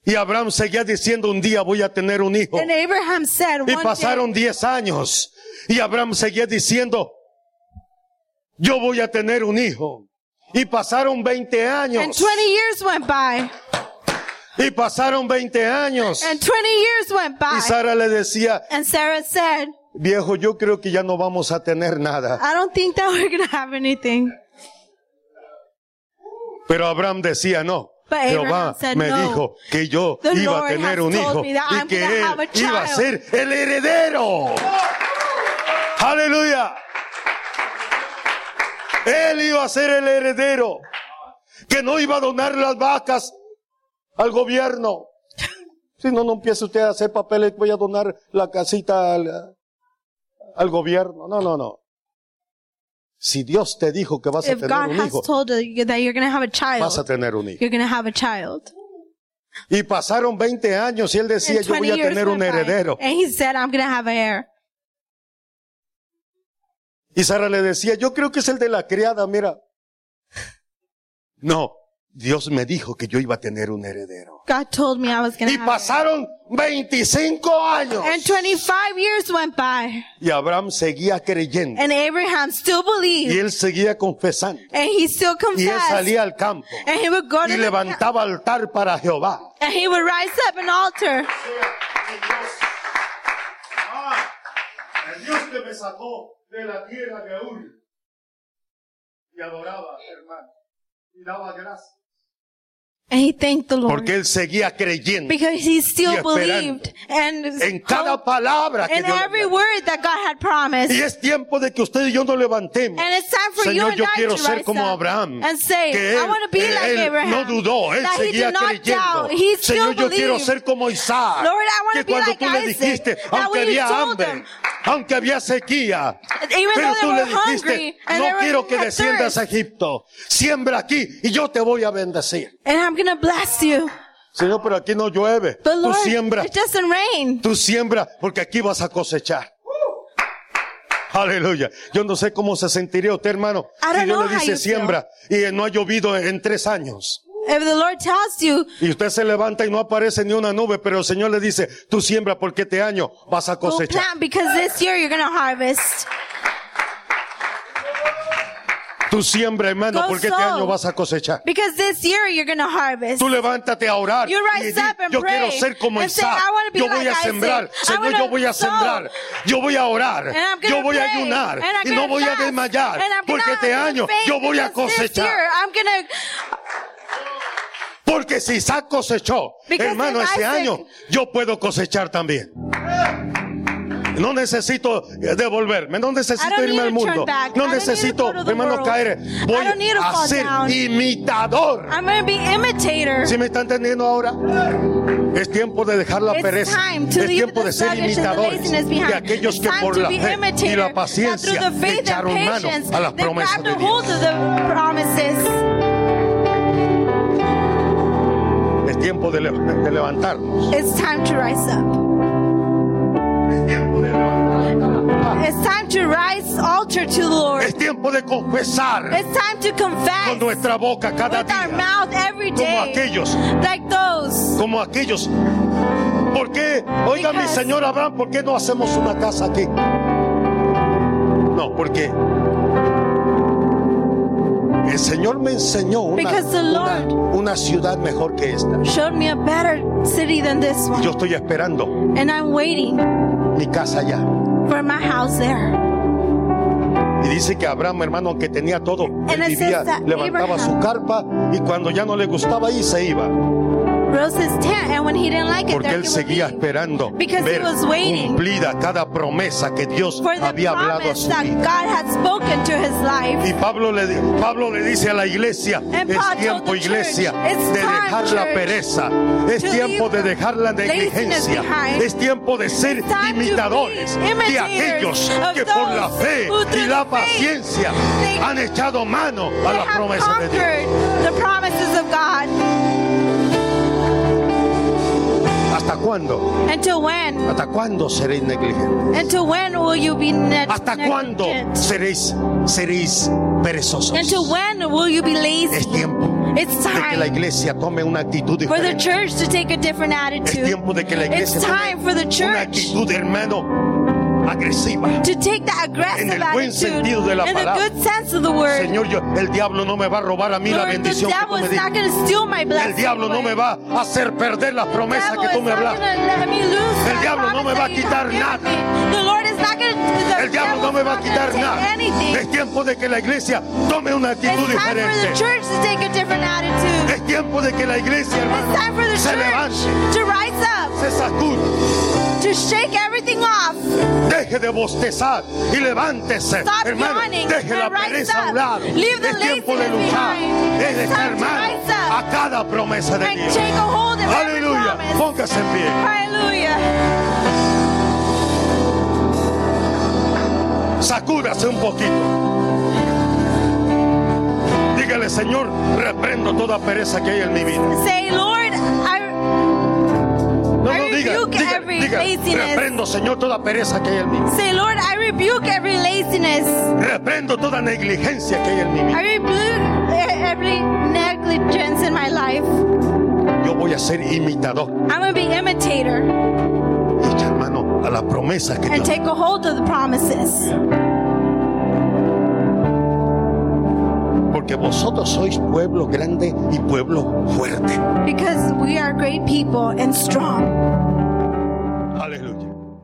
[SPEAKER 1] Y Abraham seguía diciendo, un día voy a tener un hijo.
[SPEAKER 2] And Abraham said,
[SPEAKER 1] Y
[SPEAKER 2] one
[SPEAKER 1] pasaron diez años. Y Abraham seguía diciendo, yo voy a tener un hijo. Y pasaron veinte
[SPEAKER 2] day. And
[SPEAKER 1] años.
[SPEAKER 2] 20 years went by.
[SPEAKER 1] Y pasaron veinte años.
[SPEAKER 2] And 20 years went
[SPEAKER 1] Y
[SPEAKER 2] by.
[SPEAKER 1] Sara le decía,
[SPEAKER 2] And Sarah said,
[SPEAKER 1] viejo, yo creo que ya no vamos a tener nada.
[SPEAKER 2] I don't think that we're going to have anything.
[SPEAKER 1] Pero Abraham decía no.
[SPEAKER 2] But Abraham
[SPEAKER 1] Jehová
[SPEAKER 2] said
[SPEAKER 1] me
[SPEAKER 2] no.
[SPEAKER 1] dijo que yo
[SPEAKER 2] The
[SPEAKER 1] iba a
[SPEAKER 2] Lord
[SPEAKER 1] tener
[SPEAKER 2] has
[SPEAKER 1] un
[SPEAKER 2] told
[SPEAKER 1] hijo
[SPEAKER 2] me that
[SPEAKER 1] y
[SPEAKER 2] I'm
[SPEAKER 1] que
[SPEAKER 2] gonna
[SPEAKER 1] él
[SPEAKER 2] have a
[SPEAKER 1] iba a
[SPEAKER 2] child.
[SPEAKER 1] ser el heredero. Aleluya. Él iba a ser el heredero que no iba a donar las vacas al gobierno. Si no, no empiece usted a hacer papeles, voy a donar la casita al, al gobierno. No, no, no. Si Dios te dijo que vas a
[SPEAKER 2] If
[SPEAKER 1] tener
[SPEAKER 2] God
[SPEAKER 1] un
[SPEAKER 2] has
[SPEAKER 1] hijo,
[SPEAKER 2] told you that you're going to have a
[SPEAKER 1] vas a
[SPEAKER 2] child,
[SPEAKER 1] tener un hijo.
[SPEAKER 2] you're going to have a child.
[SPEAKER 1] Y pasaron 20 años y él decía,
[SPEAKER 2] And
[SPEAKER 1] yo voy a
[SPEAKER 2] 20 years
[SPEAKER 1] tener un
[SPEAKER 2] went by.
[SPEAKER 1] heredero.
[SPEAKER 2] And he said, I'm going to have an heir.
[SPEAKER 1] Y Sara le decía, yo creo que es el de la criada, mira. No, Dios me dijo que yo iba a tener un heredero.
[SPEAKER 2] God told me I was going
[SPEAKER 1] Y
[SPEAKER 2] to have an
[SPEAKER 1] pasaron 25 años.
[SPEAKER 2] heir. And 25 years went by.
[SPEAKER 1] Y Abraham seguía creyendo.
[SPEAKER 2] And Abraham still believed.
[SPEAKER 1] Y él seguía confesando.
[SPEAKER 2] And he still
[SPEAKER 1] Y él
[SPEAKER 2] confessed.
[SPEAKER 1] salía al campo.
[SPEAKER 2] and he would go
[SPEAKER 1] Y
[SPEAKER 2] to the camp,
[SPEAKER 1] levantaba altar para Jehová.
[SPEAKER 2] and he would rise up an altar.
[SPEAKER 1] Ah, El Dios que me sacó de la tierra de Ur. Y adoraba, hermano. Y daba gracias.
[SPEAKER 2] And he thanked the Lord.
[SPEAKER 1] Porque él seguía creyendo
[SPEAKER 2] Because he
[SPEAKER 1] Y
[SPEAKER 2] still
[SPEAKER 1] esperando.
[SPEAKER 2] believed. And
[SPEAKER 1] en cada palabra que
[SPEAKER 2] in
[SPEAKER 1] Dios le
[SPEAKER 2] every
[SPEAKER 1] había.
[SPEAKER 2] word that God had promised.
[SPEAKER 1] Y es tiempo de que usted y yo nos levantemos.
[SPEAKER 2] And it's time for you
[SPEAKER 1] Señor,
[SPEAKER 2] and
[SPEAKER 1] yo
[SPEAKER 2] I
[SPEAKER 1] quiero
[SPEAKER 2] to
[SPEAKER 1] ser
[SPEAKER 2] rise
[SPEAKER 1] como
[SPEAKER 2] up
[SPEAKER 1] Abraham.
[SPEAKER 2] and say,
[SPEAKER 1] que
[SPEAKER 2] I
[SPEAKER 1] él, eh,
[SPEAKER 2] want to be like
[SPEAKER 1] él
[SPEAKER 2] Abraham.
[SPEAKER 1] no dudó, él
[SPEAKER 2] that he
[SPEAKER 1] seguía
[SPEAKER 2] did not
[SPEAKER 1] creyendo.
[SPEAKER 2] doubt. He still
[SPEAKER 1] Señor, yo
[SPEAKER 2] believed.
[SPEAKER 1] quiero ser como Isaac.
[SPEAKER 2] Lord, I wanna
[SPEAKER 1] que
[SPEAKER 2] be
[SPEAKER 1] cuando
[SPEAKER 2] like
[SPEAKER 1] tú le
[SPEAKER 2] Isaac,
[SPEAKER 1] dijiste,
[SPEAKER 2] that
[SPEAKER 1] aunque
[SPEAKER 2] when you
[SPEAKER 1] había
[SPEAKER 2] told
[SPEAKER 1] hambre,
[SPEAKER 2] them-
[SPEAKER 1] aunque había sequía,
[SPEAKER 2] Even
[SPEAKER 1] pero
[SPEAKER 2] though they
[SPEAKER 1] tú le
[SPEAKER 2] were
[SPEAKER 1] dijiste,
[SPEAKER 2] hungry and they
[SPEAKER 1] no
[SPEAKER 2] were
[SPEAKER 1] quiero que
[SPEAKER 2] at
[SPEAKER 1] desciendas a
[SPEAKER 2] thirst.
[SPEAKER 1] Egipto. Siembra aquí y yo te voy a bendecir.
[SPEAKER 2] And I'm going to bless you.
[SPEAKER 1] Señor, pero aquí no llueve.
[SPEAKER 2] But
[SPEAKER 1] tú
[SPEAKER 2] Lord,
[SPEAKER 1] siembra,
[SPEAKER 2] it doesn't rain.
[SPEAKER 1] tú siembra, porque aquí vas a cosechar. Aleluya. Yo no sé cómo se sentiría usted, hermano,
[SPEAKER 2] I don't
[SPEAKER 1] si Dios
[SPEAKER 2] know
[SPEAKER 1] le
[SPEAKER 2] how
[SPEAKER 1] dice
[SPEAKER 2] you
[SPEAKER 1] siembra y eh, no ha llovido en tres años.
[SPEAKER 2] If the Lord tells you,
[SPEAKER 1] Y usted se levanta y no aparece ni una nube, pero el Señor le dice, tú siembra porque este año vas a
[SPEAKER 2] go
[SPEAKER 1] cosechar.
[SPEAKER 2] plant because this year you're going to harvest.
[SPEAKER 1] Tú siembra, hermano,
[SPEAKER 2] Go
[SPEAKER 1] porque este
[SPEAKER 2] sow.
[SPEAKER 1] año vas a cosechar.
[SPEAKER 2] Because this year you're going to harvest.
[SPEAKER 1] Tú levántate a orar.
[SPEAKER 2] You
[SPEAKER 1] y
[SPEAKER 2] rise
[SPEAKER 1] di,
[SPEAKER 2] up and
[SPEAKER 1] yo
[SPEAKER 2] pray
[SPEAKER 1] quiero ser como
[SPEAKER 2] and say,
[SPEAKER 1] Isaac.
[SPEAKER 2] "I wanna be
[SPEAKER 1] Yo
[SPEAKER 2] like
[SPEAKER 1] voy a
[SPEAKER 2] Isaac.
[SPEAKER 1] sembrar.
[SPEAKER 2] I
[SPEAKER 1] Señor,
[SPEAKER 2] wanna
[SPEAKER 1] yo voy a
[SPEAKER 2] sow.
[SPEAKER 1] sembrar. Yo voy a orar.
[SPEAKER 2] I'm gonna
[SPEAKER 1] Yo voy a
[SPEAKER 2] pray.
[SPEAKER 1] ayunar.
[SPEAKER 2] And I'm
[SPEAKER 1] Y no
[SPEAKER 2] gonna
[SPEAKER 1] voy a
[SPEAKER 2] fast.
[SPEAKER 1] desmayar.
[SPEAKER 2] And I'm
[SPEAKER 1] Porque
[SPEAKER 2] gonna-
[SPEAKER 1] este
[SPEAKER 2] I'm
[SPEAKER 1] año
[SPEAKER 2] gonna faint
[SPEAKER 1] yo voy a
[SPEAKER 2] because this
[SPEAKER 1] cosechar.
[SPEAKER 2] year I'm gonna-
[SPEAKER 1] Porque si Isaac cosechó,
[SPEAKER 2] Because
[SPEAKER 1] hermano,
[SPEAKER 2] if
[SPEAKER 1] este
[SPEAKER 2] Isaac-
[SPEAKER 1] año yo puedo cosechar también. No necesito eh, devolverme, no
[SPEAKER 2] I
[SPEAKER 1] necesito
[SPEAKER 2] don't
[SPEAKER 1] irme
[SPEAKER 2] need
[SPEAKER 1] al
[SPEAKER 2] to turn
[SPEAKER 1] mundo,
[SPEAKER 2] back. I
[SPEAKER 1] no
[SPEAKER 2] don't need to
[SPEAKER 1] necesito,
[SPEAKER 2] go to the
[SPEAKER 1] hermano,
[SPEAKER 2] world.
[SPEAKER 1] caer.
[SPEAKER 2] I
[SPEAKER 1] Voy
[SPEAKER 2] don't need to
[SPEAKER 1] a
[SPEAKER 2] fall
[SPEAKER 1] ser
[SPEAKER 2] down.
[SPEAKER 1] imitador.
[SPEAKER 2] I'm going to be imitator.
[SPEAKER 1] ¿Sí me está entendiendo ahora? Es tiempo de dejar la
[SPEAKER 2] It's
[SPEAKER 1] pereza.
[SPEAKER 2] time to
[SPEAKER 1] Ah, Es
[SPEAKER 2] leave
[SPEAKER 1] tiempo
[SPEAKER 2] the
[SPEAKER 1] de ser
[SPEAKER 2] sluggish and the
[SPEAKER 1] imitadores
[SPEAKER 2] laziness behind.
[SPEAKER 1] de aquellos
[SPEAKER 2] It's
[SPEAKER 1] que
[SPEAKER 2] time
[SPEAKER 1] por
[SPEAKER 2] to
[SPEAKER 1] la
[SPEAKER 2] be
[SPEAKER 1] fe y
[SPEAKER 2] imitator
[SPEAKER 1] la
[SPEAKER 2] that through
[SPEAKER 1] paciencia
[SPEAKER 2] the faith and
[SPEAKER 1] echaron mano
[SPEAKER 2] patience
[SPEAKER 1] a las
[SPEAKER 2] they
[SPEAKER 1] promesas
[SPEAKER 2] grabbed
[SPEAKER 1] de
[SPEAKER 2] a hold
[SPEAKER 1] Dios.
[SPEAKER 2] of the promises.
[SPEAKER 1] Es tiempo de, le- de levantarnos.
[SPEAKER 2] It's time to rise up.
[SPEAKER 1] Es tiempo de levantarnos.
[SPEAKER 2] It's time to rise altar to the Lord.
[SPEAKER 1] Es tiempo de confesar
[SPEAKER 2] It's time to
[SPEAKER 1] con
[SPEAKER 2] confess with
[SPEAKER 1] nuestra boca cada
[SPEAKER 2] our
[SPEAKER 1] día.
[SPEAKER 2] mouth every
[SPEAKER 1] Como
[SPEAKER 2] day.
[SPEAKER 1] aquellos,
[SPEAKER 2] Like those.
[SPEAKER 1] como aquellos. ¿Por qué? Oiga, mi
[SPEAKER 2] Because-
[SPEAKER 1] señor Abraham, ¿por qué no hacemos una casa aquí? No, porque el Señor me enseñó una,
[SPEAKER 2] Because the
[SPEAKER 1] una-
[SPEAKER 2] Lord-
[SPEAKER 1] una ciudad mejor que esta.
[SPEAKER 2] Showed me a better city than this one.
[SPEAKER 1] Yo estoy esperando
[SPEAKER 2] And I'm waiting
[SPEAKER 1] mi casa allá.
[SPEAKER 2] for my house there.
[SPEAKER 1] Y dice que Abraham, hermano, aunque tenía todo, él
[SPEAKER 2] it
[SPEAKER 1] vivía,
[SPEAKER 2] says that
[SPEAKER 1] levantaba
[SPEAKER 2] Abraham-
[SPEAKER 1] su carpa y cuando ya no le gustaba ahí se iba.
[SPEAKER 2] Rose his tent, and when he didn't like it,
[SPEAKER 1] Porque
[SPEAKER 2] there
[SPEAKER 1] él
[SPEAKER 2] he would
[SPEAKER 1] seguía
[SPEAKER 2] leave.
[SPEAKER 1] esperando
[SPEAKER 2] Because he
[SPEAKER 1] ver
[SPEAKER 2] was waiting.
[SPEAKER 1] cumplida cada promesa que Dios
[SPEAKER 2] For the
[SPEAKER 1] había hablado a
[SPEAKER 2] promise
[SPEAKER 1] su
[SPEAKER 2] that
[SPEAKER 1] vida.
[SPEAKER 2] God had spoken to his life.
[SPEAKER 1] Y Pablo le, di- Pablo le dice a la iglesia,
[SPEAKER 2] And Paul
[SPEAKER 1] es
[SPEAKER 2] told
[SPEAKER 1] tiempo
[SPEAKER 2] the
[SPEAKER 1] iglesia
[SPEAKER 2] church, "It's
[SPEAKER 1] de
[SPEAKER 2] time,
[SPEAKER 1] dejar la
[SPEAKER 2] church,
[SPEAKER 1] pereza, es
[SPEAKER 2] to
[SPEAKER 1] tiempo
[SPEAKER 2] leave
[SPEAKER 1] de dejar la
[SPEAKER 2] laziness
[SPEAKER 1] negligencia,
[SPEAKER 2] behind.
[SPEAKER 1] es tiempo de ser
[SPEAKER 2] It's time to be
[SPEAKER 1] imitadores de
[SPEAKER 2] imitators
[SPEAKER 1] aquellos
[SPEAKER 2] of
[SPEAKER 1] que por la
[SPEAKER 2] those
[SPEAKER 1] fe
[SPEAKER 2] who through
[SPEAKER 1] y la
[SPEAKER 2] the faith
[SPEAKER 1] paciencia
[SPEAKER 2] they-
[SPEAKER 1] han echado mano a
[SPEAKER 2] They
[SPEAKER 1] la
[SPEAKER 2] have
[SPEAKER 1] promesa de Dios.
[SPEAKER 2] conquered the promises of God.
[SPEAKER 1] ¿Hasta cuándo?
[SPEAKER 2] Until when?
[SPEAKER 1] ¿Hasta cuándo seréis negligentes?
[SPEAKER 2] Until when will you be ne-
[SPEAKER 1] ¿Hasta cuándo
[SPEAKER 2] negligent?
[SPEAKER 1] seréis, seréis perezosos?
[SPEAKER 2] Until when will you be lazy?
[SPEAKER 1] Es tiempo
[SPEAKER 2] It's
[SPEAKER 1] de que la
[SPEAKER 2] time
[SPEAKER 1] iglesia tome una actitud
[SPEAKER 2] for the
[SPEAKER 1] diferente.
[SPEAKER 2] church to take a different
[SPEAKER 1] Es
[SPEAKER 2] attitude.
[SPEAKER 1] tiempo de que la iglesia
[SPEAKER 2] It's time for the
[SPEAKER 1] tome una
[SPEAKER 2] church
[SPEAKER 1] actitud, hermano, agresiva.
[SPEAKER 2] to take the
[SPEAKER 1] En el
[SPEAKER 2] aggressive
[SPEAKER 1] buen
[SPEAKER 2] attitude
[SPEAKER 1] sentido de la
[SPEAKER 2] in the
[SPEAKER 1] palabra.
[SPEAKER 2] good sense of the word.
[SPEAKER 1] Señor, yo, el diablo no me va a robar a mí la
[SPEAKER 2] Lord, the
[SPEAKER 1] bendición que tú
[SPEAKER 2] devil
[SPEAKER 1] me
[SPEAKER 2] is not
[SPEAKER 1] diste.
[SPEAKER 2] going to steal my blessing.
[SPEAKER 1] El diablo no me
[SPEAKER 2] away.
[SPEAKER 1] va a hacer perder las promesas que tú me hablaste. El diablo no me va a quitar nada. El diablo no me va a quitar nada. Es tiempo de que la iglesia tome una actitud diferente. Es tiempo de que la iglesia, hermano, se levante, se sacude, deje de bostezar y levántese,
[SPEAKER 2] Stop
[SPEAKER 1] hermano,
[SPEAKER 2] yawning
[SPEAKER 1] deje la
[SPEAKER 2] and rise
[SPEAKER 1] pereza a un
[SPEAKER 2] up.
[SPEAKER 1] lado.
[SPEAKER 2] Leave the
[SPEAKER 1] Es tiempo de
[SPEAKER 2] laziness
[SPEAKER 1] luchar, es
[SPEAKER 2] behind.
[SPEAKER 1] de
[SPEAKER 2] It's time
[SPEAKER 1] estar
[SPEAKER 2] to
[SPEAKER 1] hermano
[SPEAKER 2] rise up.
[SPEAKER 1] a cada promesa de
[SPEAKER 2] And
[SPEAKER 1] Dios.
[SPEAKER 2] take a hold of every
[SPEAKER 1] Aleluya,
[SPEAKER 2] promise.
[SPEAKER 1] póngase en pie.
[SPEAKER 2] Hallelujah.
[SPEAKER 1] Sacúdase un poquito. Dígale, Señor, reprendo toda pereza que hay en mi vida.
[SPEAKER 2] Say, Lord, I
[SPEAKER 1] No, no,
[SPEAKER 2] I
[SPEAKER 1] diga,
[SPEAKER 2] rebuke
[SPEAKER 1] diga,
[SPEAKER 2] every
[SPEAKER 1] diga,
[SPEAKER 2] laziness.
[SPEAKER 1] reprendo, Señor, toda pereza que hay en mi vida.
[SPEAKER 2] say, Lord, I rebuke every laziness.
[SPEAKER 1] Reprendo toda negligencia que hay en mi vida.
[SPEAKER 2] I rebuke e-, every negligence in my life.
[SPEAKER 1] Yo voy a ser imitador.
[SPEAKER 2] I'm going to be imitator
[SPEAKER 1] Echa, hermano, a las promesas que
[SPEAKER 2] and
[SPEAKER 1] Dios.
[SPEAKER 2] take a hold of the promises.
[SPEAKER 1] Porque vosotros sois pueblo grande y pueblo fuerte.
[SPEAKER 2] Because we are great people and strong.
[SPEAKER 1] Aleluya.